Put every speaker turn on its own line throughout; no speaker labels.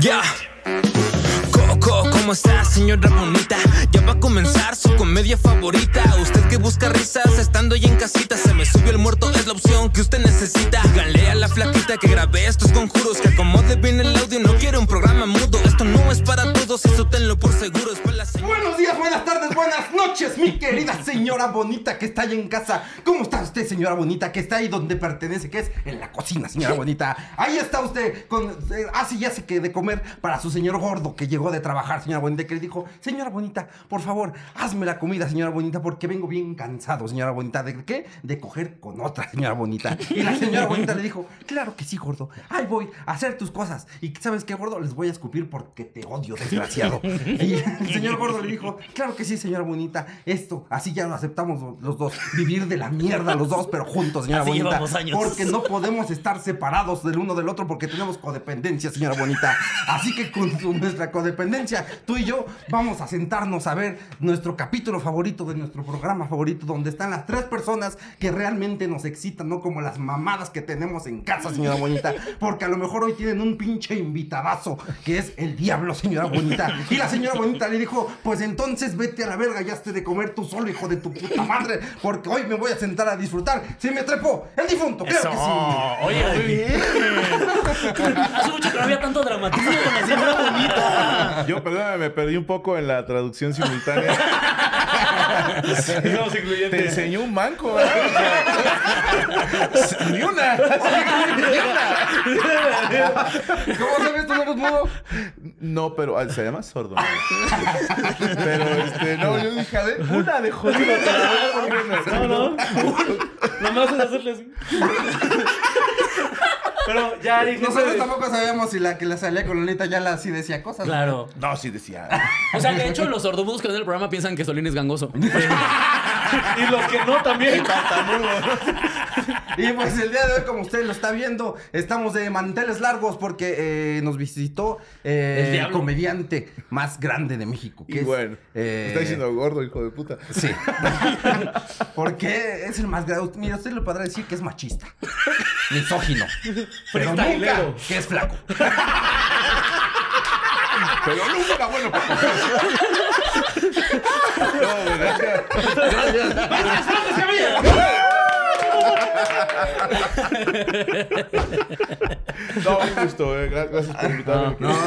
Ya. Coco, ¿cómo está, señora bonita? Ya va a comenzar su comedia favorita. Usted que busca risas estando ya en casita. Se me subió el muerto, es la opción que usted necesita. Díganle a la flaquita que grabé estos conjuros. Que acomode bien el audio, no quiero un programa mudo. Esto no es para todos, eso tenlo por seguro. Es para la señora.
Buenos días, buenas tardes, buenas noches, mi querida señora bonita que está ahí en casa. ¿Cómo está usted, señora bonita, que está ahí donde pertenece, que es en la cocina, señora bonita? Ahí está usted con eh, así ya sé que de comer para su señor gordo que llegó de trabajar, señora bonita, que le dijo, "Señora bonita, por favor, hazme la comida, señora bonita, porque vengo bien cansado, señora bonita." ¿De qué? De coger con otra, señora bonita. Y la señora bonita le dijo, "Claro que sí, gordo. Ahí voy a hacer tus cosas." Y ¿sabes qué, gordo? Les voy a escupir porque te odio, desgraciado. Y el señor gordo le dijo, claro que sí, señora bonita, esto, así ya lo aceptamos los dos, vivir de la mierda los dos, pero juntos, señora
Así
bonita.
llevamos años.
Porque no podemos estar separados del uno del otro porque tenemos codependencia, señora bonita. Así que con tu- nuestra codependencia, tú y yo vamos a sentarnos a ver nuestro capítulo favorito de nuestro programa favorito, donde están las tres personas que realmente nos excitan, no como las mamadas que tenemos en casa, señora bonita. Porque a lo mejor hoy tienen un pinche invitadazo, que es el diablo, señora bonita. Y la señora bonita le dijo, pues entonces vete a la verga, ya esté de comer tú solo, hijo de tu puta madre, porque hoy me voy a sentar a disfrutar. Si me trepo, el difunto, claro
Eso.
que sí.
Oye, muy bien. Ah, Hace mucho que no había tanto dramatismo con la señora bonita.
Yo, perdóname, me perdí un poco en la traducción simultánea.
Estamos
Te
incluyentes.
enseñó un manco, ¿verdad? O sea, Ni una.
¿Cómo sabes tú no eres mudo?
No, pero ah, se llama sordo. ¿no? Pero este, no, yo dije, a ver, una de jodido. te la doy por buena.
No, no. Nomás es hacerle así. Pero ya dije.
Nosotros tampoco sabíamos si la que la salía con Lolita ya la sí decía cosas.
Claro.
No, sí decía.
O sea, de hecho, los sordomudos que ven el programa piensan que Solín es gangoso.
Y los que no también.
Y pues el día de hoy, como usted lo está viendo, estamos de manteles largos porque eh, nos visitó eh,
El
el,
diablo.
comediante más grande de México. Que
Y
es,
bueno,
eh,
está diciendo gordo, hijo de puta.
Sí. Porque es el más grande. Mira, usted le podrá decir que es machista, misógino, pero nunca
Freestylero.
que es flaco.
Pero nunca, bueno, papá. No, güey, gracias. No, un gusto, eh. Gra- Gracias por invitarme.
No,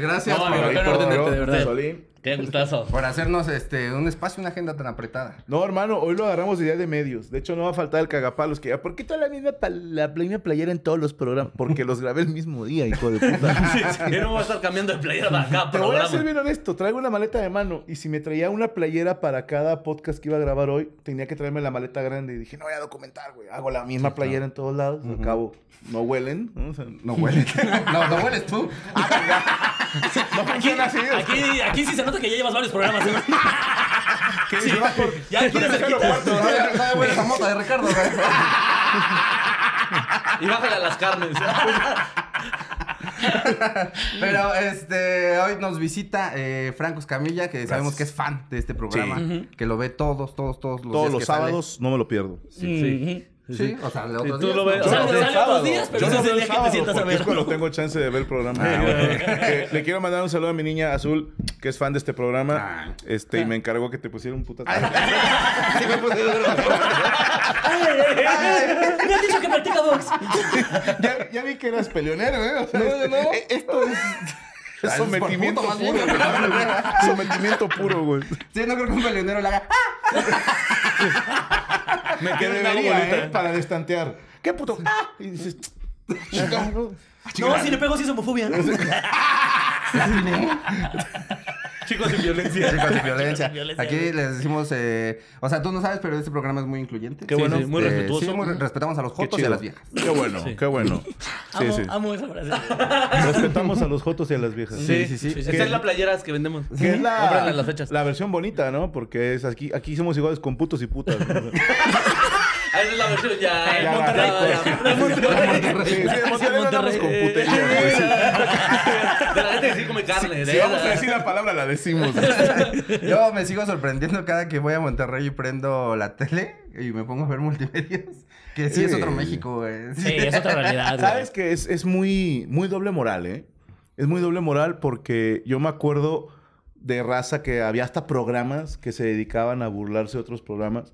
gracias
No,
por-
amigo, qué honor tenerte, de verdad.
Solín.
Qué gustazo.
por hacernos este un espacio, una agenda tan apretada.
No, hermano, hoy lo agarramos de día de medios. De hecho, no va a faltar el cagapalos que ya. ¿Por qué toda la misma, pal- la misma playera en todos los programas? Porque los grabé el mismo día, hijo de puta.
Yo no voy a estar cambiando de playera para acá,
Te voy a ser
programa.
bien honesto, traigo una maleta de mano y si me traía una playera para cada podcast que iba a grabar hoy, tenía que traerme la maleta grande y dije, no voy a documentar, güey, hago la misma playera en todos lados, al cabo, no huelen, ¿no? O sea,
pues
no huelen.
No, no hueles tú.
Aquí, aquí, aquí sí se nota que ya llevas varios programas. ¿eh? Sí, ya quieres ser
No, no, no, no hueles a mota de Ricardo. güey.
Y bájale a las carnes.
Pero este, hoy nos visita eh, Franco Escamilla, que sabemos que es fan de este programa, que lo ve todos, todos, todos los
Todos
días
los
que sale.
sábados no me lo pierdo.
Sí, o sea, los otros
tú
días,
lo
¿no?
ves-
O sea,
Yo no
sale
veo
los
sábado.
días, pero
Yo
ese
no
es el día
veo
que te
sábado,
sientas a
Porque es
ver. Ah,
cuando tengo chance de ver el programa. Eh, le quiero mandar un saludo a mi niña Azul, que es fan de este programa.
Ah.
Este, y me encargó que te pusiera un puta. Ah.
Sí, me puse duro.
Me han dicho que practica box.
ya, ya vi que eras peleonero, ¿eh? O sea,
No, no, no.
eh, Esto es- es
Ah, es
sometimiento
por puto,
puro.
más bien.
güey. sometimiento puro, güey.
Sí, no creo que un peleonero le haga. ¡Ah!
Me quedé bien
Qué bonita,
bonita,
¿eh?
para destantear. ¿Qué puto? ¡Ah! Y dices, chingado.
No, si le pego, sí es homofobia.
Chicos sin violencia.
Chicos, sin violencia.
violencia.
Aquí les decimos, eh, o sea, tú no sabes, pero este programa es muy incluyente.
Qué bueno.
sí,
Muy
eh,
respetuoso.
sí, muy re- respetamos a los jotos y a
chido.
las viejas.
Qué bueno, qué bueno. Sí,
Amo,
sí.
amo esa frase.
Respetamos a los jotos y a las viejas.
Sí, sí, sí.
Esta es la playera que vendemos.
Que es la,
Cómprala en las fechas.
la versión bonita, ¿no? Porque es aquí, aquí somos iguales con putos y putas. ¿no?
Ah, Esa es la versión ya.
Ya,
ya, ya.
Sí, sí, en Monterrey no andamos con putería, güey.
De la gente que sí come carne. de
Si vamos a
esa.
decir la palabra, la decimos.
Yo me sigo sorprendiendo cada que voy a Monterrey y prendo la tele y me pongo a ver multimedios. Que sí es otro
Sí.
México, güey.
Sí, es otra realidad. güey.
Sabes que es, es muy, muy doble moral, ¿eh? Es muy doble moral porque yo me acuerdo de raza que había hasta programas que se dedicaban a burlarse de otros programas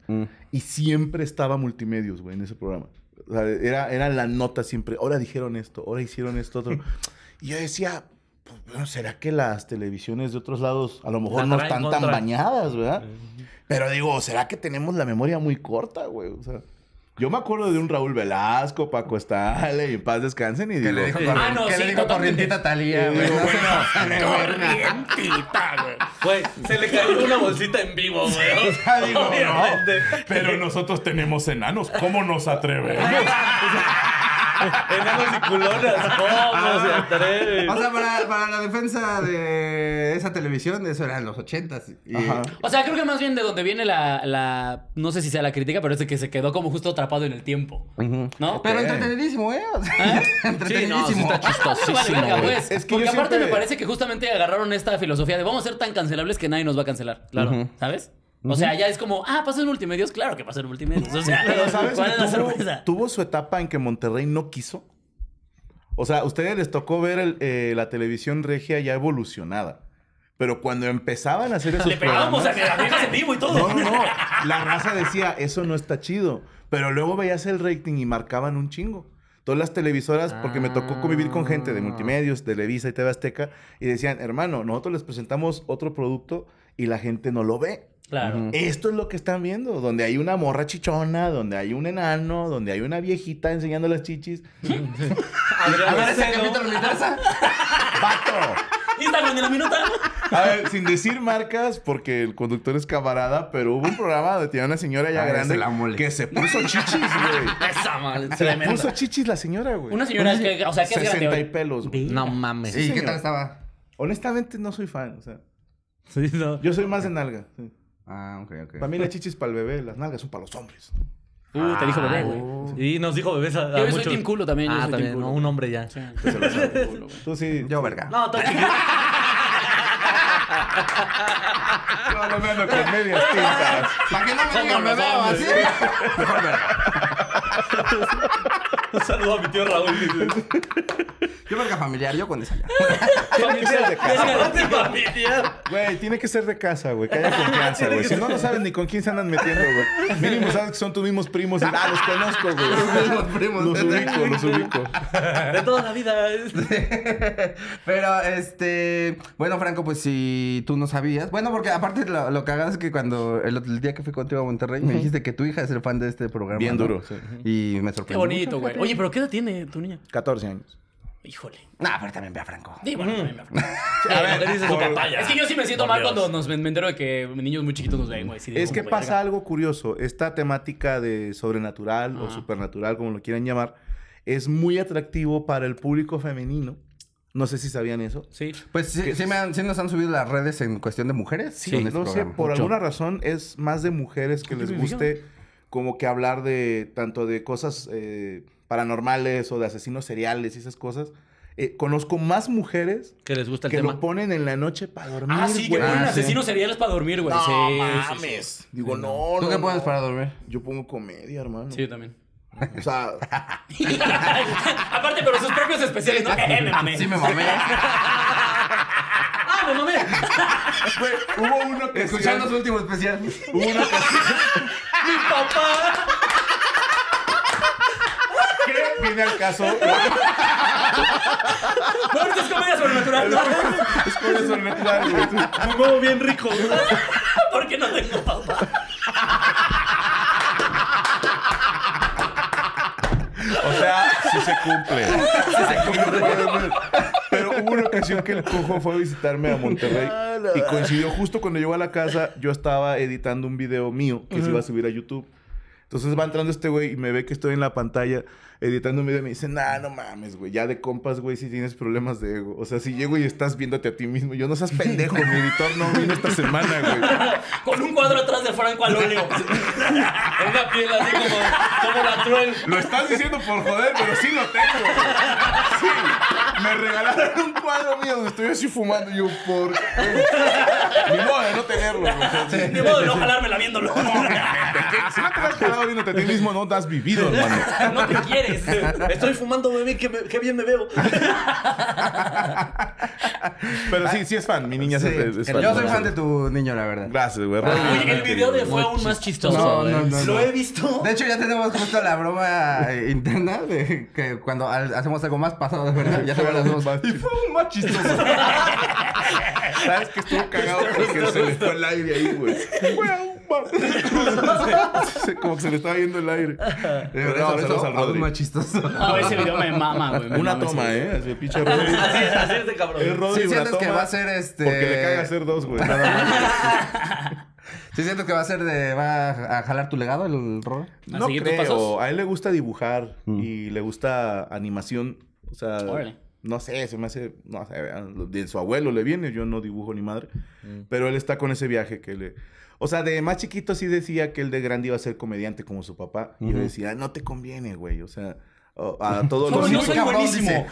y siempre estaba multimedios, güey, en ese programa. O sea, era, era la nota siempre. Ahora dijeron esto, ahora hicieron esto, otro. y yo decía, pues, bueno, ¿será que las televisiones de otros lados a lo mejor
La
no
traen
están tan
contra.
bañadas, verdad? Pero digo, ¿será que tenemos la memoria muy corta, güey? O sea, yo me acuerdo de un Raúl Velasco, Paco Estale y en paz descansen y
Que
digo,
le dijo,
Ah,
corri-
no,
que le
sí,
dijo
totalmente.
corrientita Talía,
Sí,
güey. No se
bueno,
pasen, güey.
Corrientita, güey.
Güey, se le cayó una bolsita en vivo, güey. O sea,
digo, no.
obviamente.
Pero nosotros tenemos enanos. ¿Cómo nos atrevemos?
Enanos y culonas. ¿Cómo se atreven?
O sea, para, para la defensa de esa televisión, eso era en los ochentas. Y,
Ajá.
O sea, creo que más bien de donde viene la, la- No sé si sea la crítica, pero es de que se quedó como justo atrapado en el tiempo. ¿No?
Pero entretenidísimo, ¿eh? O sea,
¿Ah?
Sí,
entretenidísimo.
no, sí está
Vale,
chistosísimo,
verga,
güey.
pues.
Es que
Porque
yo
aparte
siempre-
me parece que justamente agarraron esta filosofía de vamos a ser tan cancelables que nadie nos va a cancelar. Claro. ¿Sabes? O sea, ya es como, ah, pasó en multimedios. Claro que pasó en multimedios. O sea,
Pero ¿sabes
¿cuál
que
es la
tuvo,
sorpresa?
tuvo su etapa en que Monterrey no quiso? O sea, a ustedes les tocó ver el, eh, la televisión regia ya evolucionada. Pero cuando empezaban a hacer esos
Le pegábamos a
programas-
las viejas en vivo y todo.
No, no, no. La raza decía, eso no está chido. Pero luego veías el rating y marcaban un chingo. Todas las televisoras, porque me tocó convivir con gente de multimedios, Televisa y TV Azteca, y decían, hermano, nosotros les presentamos otro producto y la gente no lo ve.
Claro.
Esto es lo que están viendo, donde hay una morra chichona, donde hay un enano, donde hay una viejita enseñando las chichis.
Ah,
Adrián
A ver ese
Marcelo.
capítulo en mi casa.
¡Pato!
Instagram de la minuta.
A ver, sin decir marcas, porque el conductor es camarada, pero hubo un programa donde tenía una señora ya
Ah,
grande
se la mole.
que se puso chichis, güey.
Esa madre.
Se la
Tremenda.
puso chichis la señora, güey.
Una señora que, o sea, que es
60 y
grande.
pelos, güey.
No mames.
Sí, ¿qué
señor.
tal estaba?
Honestamente, no soy fan, o sea.
Sí, no.
Yo soy más de nalga. sí.
Ah, ok, ok.
Para mí la chichis para el bebé, las nalgas son para los hombres. Ah,
Uh, te dijo bebé, güey.
Y nos dijo bebés a, a
Yo soy
muchos.
team culo también. yo
Ah,
soy team
también.
culo.
no, un hombre ya.
Pues se lo sabe. Tú sí.
Yo, verga.
No, está chiquito.
No, no me ando con medias tintas.
Para que no me
Son
digan, me
los
veo así.
hombres. Un saludo a mi tío Raúl.
Yo, verga familiar, yo con esa ya.
Tiene que ser de casa.
Déjate, familia.
Güey, tiene que ser de casa, güey. Que haya confianza, güey. Si no, no sabes ni con quién se andan metiendo, güey. Mínimo sabes que son tus mismos primos. Y, ah, los conozco, güey.
Los primos.
Los ubico, los ubico.
De toda la vida.
Pero, este, bueno, Franco, pues si tú no sabías. Bueno, porque aparte lo, lo cagado es que cuando el, otro- el día que fui contigo a Monterrey me dijiste que tu hija es el fan de este programa.
Bien
¿no?
duro, sí.
Y me
Qué
sorprendió.
bonito, güey. Oye, pero ¿qué edad tiene tu niña?
14 años.
Híjole.
Nah, pero también ve a Franco.
Sí, bueno, también me-
A ver, dice su papá ya.
Es que yo sí me siento
Por
mal
Dios.
cuando nos, me entero de que niños muy chiquitos nos ven, güey. "Oh, Sí digo,
Es que
güey,
pasa algo curioso. Esta temática de sobrenatural o supernatural, como lo quieran llamar, es muy atractivo para el público femenino. No sé si sabían eso.
Sí.
Pues sí, sí me han- sí nos han subido las redes en cuestión de mujeres.
Sí,
con este
no sé,
programa.
por
Mucho.
alguna razón es más de mujeres que les guste como que hablar de tanto de cosas eh, paranormales o de asesinos seriales y esas cosas. Eh, conozco más mujeres
Que les gusta el
que
tema.
lo ponen en la noche para dormir.
Ah, sí, que
güey.
ponen
Ah, sí.
asesinos seriales para dormir, güey. sí, sí, sí, sí.
Digo, no,
¿Tú
no,
qué
no.
pones para dormir?
Yo pongo comedia, hermano.
Sí, yo también.
O sea,
Aparte, pero sus propios especiales, ¿no? Eh, me mamé.
Sí, me mamé.
Ah, me mamé.
hubo uno que
Escuchando su último especial.
Hubo una ocasión
Mi papá.
que viene al caso.
No, esto es comedia sobrenatural. ¿no?
Es por eso natural, güey.
Un huevo bien rico.
¿Por qué no tengo papá?
O sea, sí se cumple. Pero hubo una ocasión que el cojo fue a visitarme a Monterrey y coincidió justo cuando llegó a la casa. Yo estaba editando un video mío que se iba a subir a YouTube. Entonces va entrando este güey y me ve que estoy en la pantalla editando un video y me dice, nah, no mames, güey, ya de compas, güey, si tienes problemas de ego. O sea, si llego y estás viéndote a ti mismo, yo no seas pendejo, mi editor no vino esta semana, güey.
Con un cuadro atrás de Franco al óleo.
Una piel así como, como la truel.
Lo estás diciendo por joder, pero sí lo tengo. güey. Sí, me regalaron un cuadro mío donde estoy así fumando y yo por... qué? Ni modo de no tenerlo. güey. O sea,
Ni modo de no jalármela viéndolo.
Si no te has quedado viéndote a ti mismo, no te has vivido, hermano.
No te quiere.
güey. Estoy fumando, bebé, qué, me- qué bien me veo.
Pero sí, sí es fan. Mi niña es-
Sí,
es, es fan.
Yo soy fan de tu niño, la verdad.
Gracias, güey.
Oye, el video de fue aún más chistoso.
No,
güey.
no, no.
Lo
no.
he visto.
De hecho, ya tenemos justo la broma eh, interna de que cuando al- hacemos algo más pasado de verdad, ya sabemos hacemos más. Y fue un más chistoso.
Sabes que estuvo cagado porque se le fue el aire ahí, güey. Se- Como que se le estaba yendo el aire. Pero no,
Por eso,
saludos al
aún
Rodri.
más chistoso.
No, Ah, ese video me mama, güey. me
Una
mama ese
toma,
video.
¿eh? Así, pinche Rodri.
Así es, así es de cabrón.
Es Rodri
Sí
una
sientes que
toma
va a ser este...
Porque le caga hacer dos, güey. Nada más.
Sí siento que va a ser de... ¿Va a a jalar tu legado el rol?
¿A
No
seguir tus pasos?
creo. A él le gusta dibujar y le gusta animación. O sea,
Órale.
no sé, se me hace... No sé, de su abuelo le viene. Yo no dibujo ni madre. Pero él está con ese viaje que le... O sea, de más chiquito sí decía que él de grande iba a ser comediante como su papá. Y yo decía, no te conviene, güey. O sea, o- a todos
¿Cómo no
los... niños-
soy
Cabrón,
buenísimo?
dice.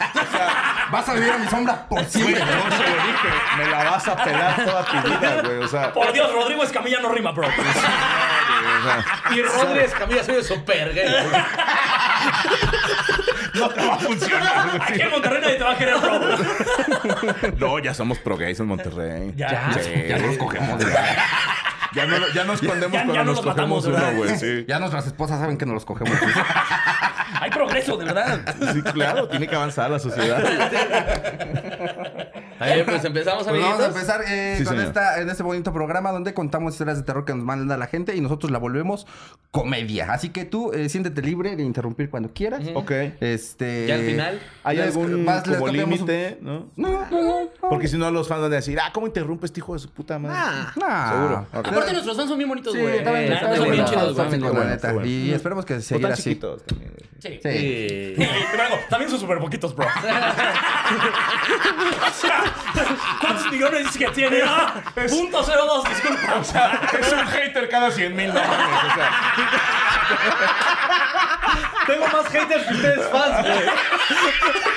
Vas a vivir a mi sombra por
Güey,
siempre.
no, se lo dije. Me la vas a pelar toda tu vida, güey. O sea...
Por Dios, Rodrigo Escamilla no rima, bro. Y Rodrigo Escamilla soy super gay.
No te va a funcionar, güey.
Aquí en Monterrey nadie te va a querer, bro.
No, ya somos pro gays en Monterrey.
Ya.
Sí. ya nos cogemos. Ya, no lo- ya nos escondemos
Ya- ya
cuando
no
nos,
nos matamos,
cogemos uno,
¿verdad?
güey. Sí.
Ya nuestras esposas saben que nos los cogemos.
Hay progreso, de verdad.
Sí, claro, tiene que avanzar la sociedad.
A ver, pues empezamos,
Pues vamos a
amiguitos.
empezar eh,
Sí,
con
señor.
esta, en este bonito programa donde contamos historias de terror que nos manda la gente y nosotros la volvemos comedia. Así que tú eh, siéntete libre de interrumpir cuando quieras.
Ok.
Este.
Ya al final,
¿Hay
les-
algún
más les
como
cambiamos un-
límite? ¿no?
No, no, no.
Porque si no, los fans van a decir, ah, ¿cómo interrumpe este hijo de su puta madre?
Nah.
Seguro. Ok.
Aparte, nuestros fans son bien bonitos,
Sí,
güey.
está bien,
Nah,
está
son
bien,
bien
está
chidos,
bien,
güey.
la
bueno,
neta.
está bueno.
Y esperemos que
O
seguir
tan
así.
chiquitos también. güey.
Sí.
Sí.
eh,
Y luego, también son súper poquitos, bro.
¿cuántos millones que tiene? Ah, punto cero dos, disculpa.
O sea, es un hater cada 100 mil dólares. O sea,
Tengo más haters que ustedes fans, güey.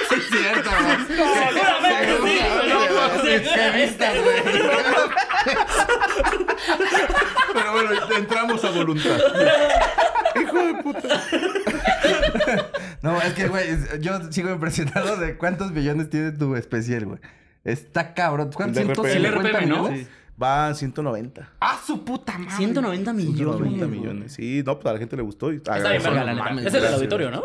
Sí, es cierto, güey.
Seguramente sí, güey.
Qué vistas, güey.
Pero bueno, entramos a voluntad.
No, es que, güey, es- yo sigo impresionado de cuántos millones tiene tu especial, güey. Está cabrón. ¿Cuántos?
El RPM.
150
El RPM, ¿no?
millones?
Van 190.
¡Ah, su puta madre!
190 millones.
190 millones. Sí, no, pues a la gente le gustó. Y
Está bien, verga, la neta. Es el del auditorio, ¿no?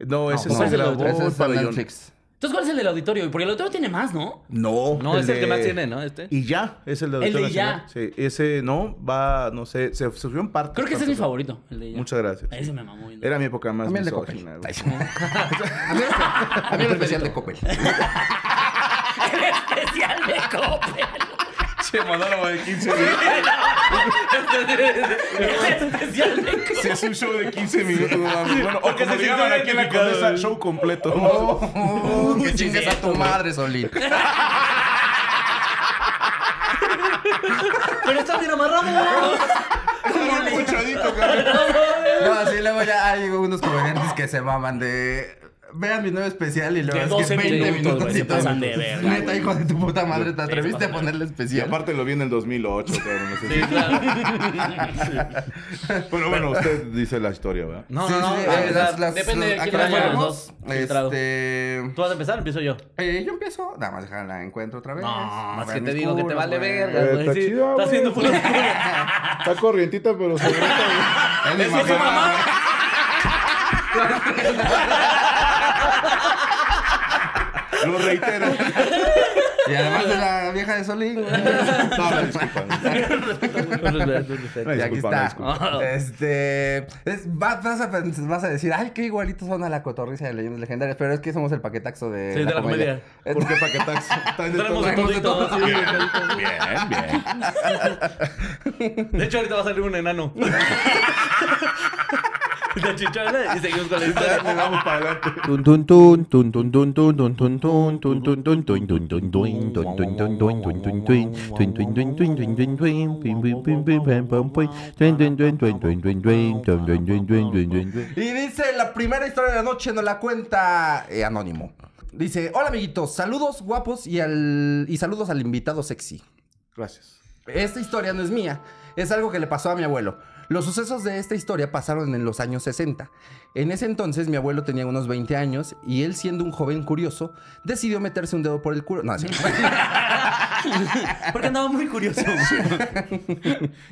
No, ese
No,
se
no,
grabó
ese
en
es para
pabellón.
Netflix.
Entonces, ¿cuál es el del auditorio? Porque el auditorio tiene más, ¿no?
No.
No, es el que
de-
más tiene, ¿no? Este.
Y ya, es el de
El de
Auditorio
ya.
Nacional. Sí, ese no va, no sé, se, se subió en parte.
Creo que ese es mi favorito, el de ella.
Muchas gracias.
Ese me mamó. güey.
Era mi época más
También el de
misógina.
Coppel.
güey.
A mí el- a mí el especial de Coppel.
El especial de Coppel.
Che, monólogo de 15 minutos.
El especial de Coppel.
Si es un show de 15 minutos, no mames. Bueno, o
Porque
como
se
le llaman
sintió
aquí en la
identificado,
condesa,
güey.
show completo.
Oh, ¡Que chingues a tu madre, Solín!
Pero está bien amarrado.
Como un puchadito, cabrón.
No, así luego ya hay unos comediantes que se maman de... Vean mi nuevo especial y luego
De
es
12
que
minutos,
20 minutos
güey,
y
se
todo.
pasan de verga,
Neta, hijo de tu puta madre, te
se
atreviste a
pasan de
ponerle
Y
especial.
aparte lo vi en el 2008, cabrón. No sé si- Pero bueno, usted dice la historia, ¿verdad?
No,
Sí,
no, no.
sí,
ah,
eh, las- las-
depende de
las-
quién
acá
vaya, los
vamos.
dos, filtrado.
Este...
¿Tú vas a empezar? Empiezo yo.
Eh, yo empiezo, nada más déjala encuentro otra vez.
No, más
Vean
que te
mis
digo que te
culos,
vale
güey.
verga, güey.
Eh, Está
Sí,
chida,
Estás
güey.
viendo puro
Está corrientita, pero se
Es mi
Es tu
mamá.
mamá.
Lo reitero.
Y además de la vieja de Solín. güey.
No, me disculpan.
Y aquí
Disculpa,
está. Este. es- va- vas, a, pens- vas a decir, ay, qué igualitos son a la cotorriza de leyendas legendarias. Pero es que somos el paquetaxo de.
Sí, de la comedia.
¿Por qué paquetaxo?
Traemos de
Traemos de
todito.
todo,
sí.
Bien, bien.
De hecho, ahorita va a salir un enano. De chichona y seguimos con la historia.
Vamos para adelante.
Tun tun tun tun tun tun tun tun tun tun tun tun tun tun tun tun tun tun tun tun tun tun tun tun. Tun tun tun tun tun tun tun. Pim, pim, pim, pim, pam, pam, pum. Tun, tun, tun, tun, tun, tun, tun. Tun, tun, tun, tun, tun, tun, tun.
Y dice, la primera historia de la noche nos la cuenta eh, Anónimo. Dice, hola amiguitos, saludos guapos y, al, y saludos al invitado sexy.
Gracias.
Esta historia no es mía, es algo que le pasó a mi abuelo. Los sucesos de esta historia pasaron en los años 60. En ese entonces mi abuelo tenía unos 20 años y él siendo un joven curioso decidió meterse un dedo por el culo. No, sí.
Porque andaba muy curioso.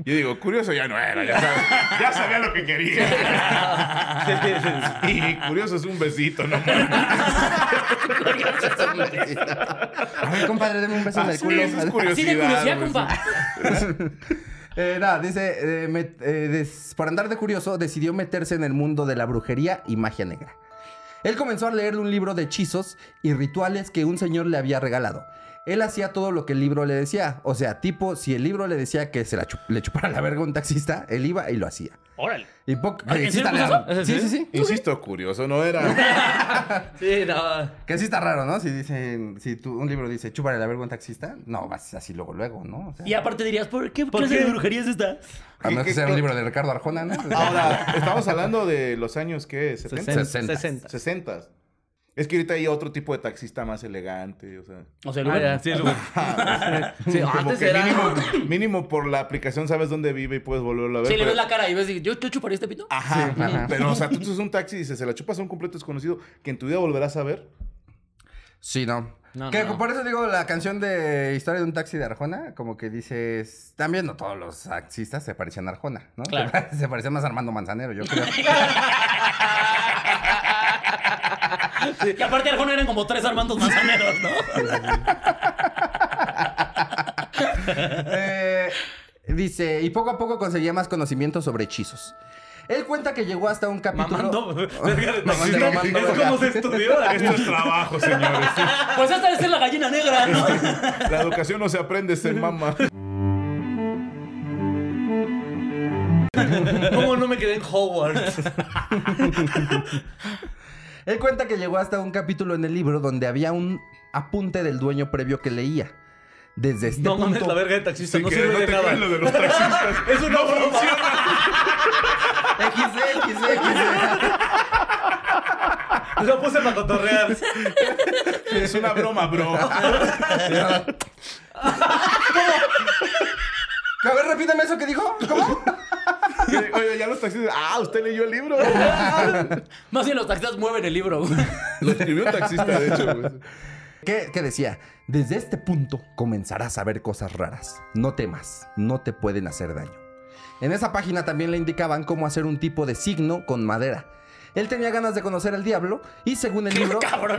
Yo digo, curioso ya no era, ya sabía, ya sabía lo que quería. Y curioso es un besito, ¿no?
A ver, compadre, deme un beso en el
Así
culo.
es, es curioso.
Así de curiosidad,
Curiosidad, güey.
compa.
Eh, nada, dice, eh, me- eh, des- por andar de curioso, decidió meterse en el mundo de la brujería y magia negra. Él comenzó a leer un libro de hechizos y rituales que un señor le había regalado. Él hacía todo lo que el libro le decía. O sea, tipo, si el libro le decía que se la chu- le chupara la verga a un taxista, él iba y lo hacía.
Órale.
Y poco...
Ah, ¿en
que sí
serio
está
puso
raro.
eso? ¿Es
Sí,
en
sí, sí.
Insisto, curioso no era.
Sí, no.
Que sí está raro, ¿no? Si dicen, si tú- un libro dice, chúpale la verga a un taxista, no, vas así luego, luego, ¿no? O sea,
Y aparte dirías, ¿por qué clase de brujería es esta?
a menos que sea un libro de Ricardo Arjona, ¿no?
Ahora, estamos hablando de los años, ¿qué? ¿70?
60.
60.
60. Es que ahorita hay otro tipo de taxista más elegante, o sea.
O sea, el
Ah,
Uber.
ya, sí, el Uber. Sí,
como
antes
que
era.
mínimo, mínimo por la aplicación sabes dónde vive y puedes volverlo a ver.
Sí, le
pero-
ves la cara y ves, ¿yo, yo chuparía este pito?
Ajá, Pero, o sea, tú es un taxi y dices, se la chupas a un completo desconocido que en tu vida volverás a ver.
Sí, no.
No,
que
no, no.
por eso digo la canción de Historia de un taxi de Arjona, como que dices, también no todos los taxistas se parecían a Arjona, ¿no?
Claro.
Se parecía más a Armando Manzanero, yo creo.
Y aparte, Arjona eran como tres Armandos manzaneros, ¿no?
Eh, dice, y poco a poco conseguía más conocimiento sobre hechizos. Él cuenta que llegó hasta un capítulo.
Mamando. Verga de
Mamando,
taxista.
mamando,
Es
verga.
como se estudió.
Esto es trabajo, señores.
Pues esta es la gallina negra, ¿no?
La educación no se aprende, se mama.
¿Cómo no me quedé en Hogwarts?
Él cuenta que llegó hasta un capítulo en el libro donde había un apunte del dueño previo que leía. Desde este
No mames,
punto.
la verga de taxista
Sí,
no
que
sirve
no
de
te
nada.
crees lo de los taxistas.
Es una broma.
XD, XD,
Lo puse para cotorrear.
Es una broma, bro.
A ver, repítame eso que dijo. ¿Cómo?
Oye, ya los taxistas, ah, usted leyó el libro.
Más bien los taxistas mueven el libro. güey.
Lo escribió un taxista, de hecho. pues. güey.
¿Qué, qué decía? Desde este punto comenzarás a ver cosas raras. No temas, no te pueden hacer daño. En esa página también le indicaban cómo hacer un tipo de signo con madera. Él tenía ganas de conocer al diablo y según el libro...
Cabrón.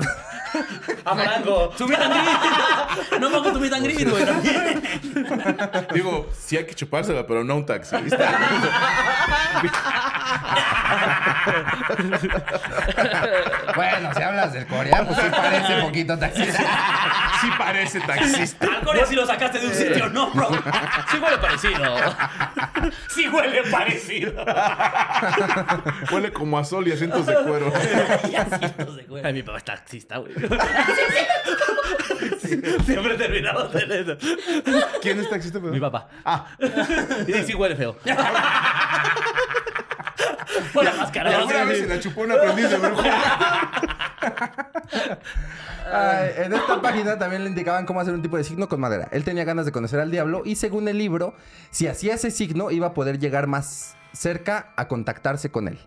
A Franco.
Subí tan gris. No me hago subir tan gris, güey. también.
Digo, sí hay que chupársela, pero no a un taxista.
Bueno, si hablas del coreano, pues sí parece poquito taxista.
Sí parece taxista.
Al Corea sí lo sacaste de un sitio, no, bro. Sí huele parecido. Sí huele parecido.
Huele como a sol y asientos de cuero.
Y asientos de güey.
Ay, mi papá es taxista, güey. Siempre terminamos en eso.
¿Quién es taxista? perdón?
Mi papá. Ah. Y sí huele feo.
Huele a máscara.
Y
¿no?
alguna vez se la chupó un aprendiz de brujo.
Ay, en esta página también le indicaban cómo hacer un tipo de signo con madera. Él tenía ganas de conocer al diablo y según el libro, si hacía ese signo iba a poder llegar más cerca a contactarse con él.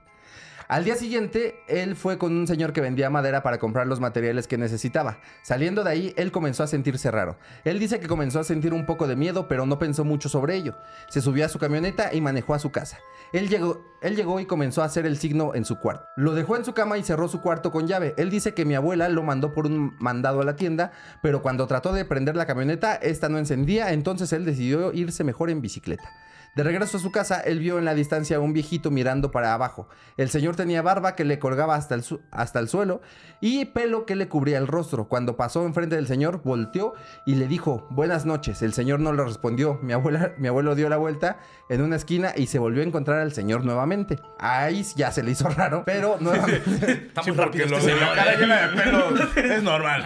Al día siguiente, él fue con un señor que vendía madera para comprar los materiales que necesitaba. Saliendo de ahí, él comenzó a sentirse raro. Él dice que comenzó a sentir un poco de miedo, pero no pensó mucho sobre ello. Se subió a su camioneta y manejó a su casa. Él llegó, él llegó y comenzó a hacer el signo en su cuarto. Lo dejó en su cama y cerró su cuarto con llave. Él dice que mi abuela lo mandó por un mandado a la tienda, pero cuando trató de prender la camioneta, esta no encendía, entonces él decidió irse mejor en bicicleta. De regreso a su casa, él vio en la distancia a un viejito mirando para abajo. El señor tenía barba que le colgaba hasta el, su- hasta el suelo y pelo que le cubría el rostro. Cuando pasó enfrente del señor, volteó y le dijo, buenas noches. El señor no le respondió. Mi, abuela, mi abuelo dio la vuelta en una esquina y se volvió a encontrar al señor nuevamente. Ahí ya se le hizo raro, pero nuevamente...
Está
Sí,
muy
porque
rápido
lo
este
de la
señor,
cara
¿eh?
llena de pelo es normal.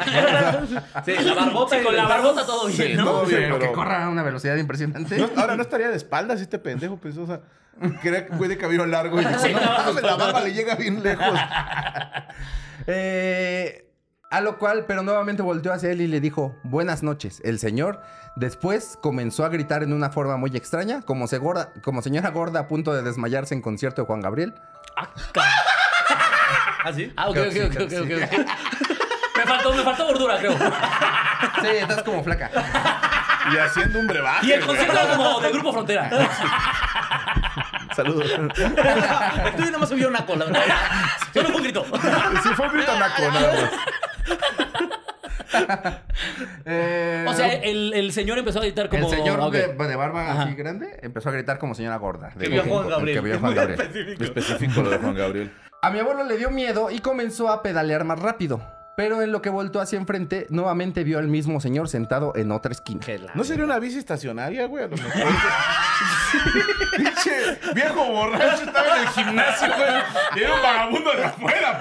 Sí, la barbota.
Sí, con la barbota todo
Sí,
bien, ¿no?
todo bien,
Pero que
pero-
corra a una velocidad impresionante.
No, ahora no estaría de espaldas este pendejo, pues, o sea, crea que fue de cabello largo y dijo,
Sí,
no,
no.
mames, la barba le llega bien lejos.
Eh, A lo cual, pero nuevamente volteó hacia él y le dijo, buenas noches. El señor después comenzó a gritar en una forma muy extraña, como, se gorda- como señora gorda a punto de desmayarse en concierto de Juan Gabriel.
¿Ah, sí?
Ah, ok,
Creo
ok,
que
ok,
sí,
ok,
creo que
ok, ok. Me faltó, me faltó gordura, creo.
Sí, estás como flaca.
Y haciendo un brebaje.
Y el
güey.
concierto era como de Grupo Frontera.
Saludos.
El tuyo nada más subió una cola. ¿verdad?
Solo fue un grito.
Sí, fue un grito naco, nada más.
Eh,
O sea, el, el señor empezó a editar como.
el señor
ok.
de, de barba así grande empezó a gritar como señora gorda.
Que
De-
vio a Juan Gabriel.
que vio a
Es
Juan
muy
Gabriel.
específico.
Específico lo de Juan Gabriel.
A mi abuelo le dio miedo y comenzó a pedalear más rápido. Pero en lo que voltó hacia enfrente, nuevamente vio al mismo señor sentado en otra esquina.
¿No sería una bici estacionaria, güey? A lo mejor.
Pinche viejo borracho estaba en el gimnasio, güey. Y era un vagabundo de afuera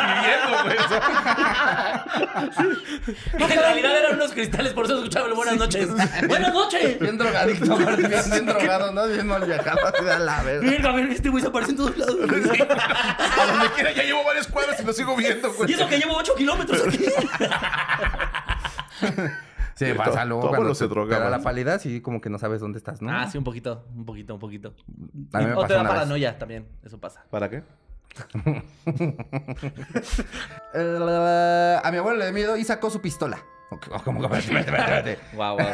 pidiendo, güey. O sea,
No, que en realidad eran unos cristales, por eso escuchaba el buenas noches. ¡Buenas noches!
Bien drogadicto, aparte, bien, bien drogado, ¿no? Bien mal viajado, así de a la verga.
Mira, a ver, este güey se aparece en todos lados.
a donde quiera ya llevo varias cuadras y lo sigo viendo, güey.
Y eso que llevo 8 kilómetros aquí.
Sí,
to-
pásalo.
tu abuelo
cuando
se
te-
drogaba,
te da la
¿no?
palidez y como que no sabes dónde estás, ¿no?
Ah, sí, un poquito, un poquito, un poquito.
A mí me
o te
pasó
da
una vez.
paranoia también, eso pasa.
¿Para qué?
Eh, a mi abuelo le dio miedo y sacó su pistola. Ok, oh, ¿Cómo que? Espérate, espérate, espérate.
Guau, guau.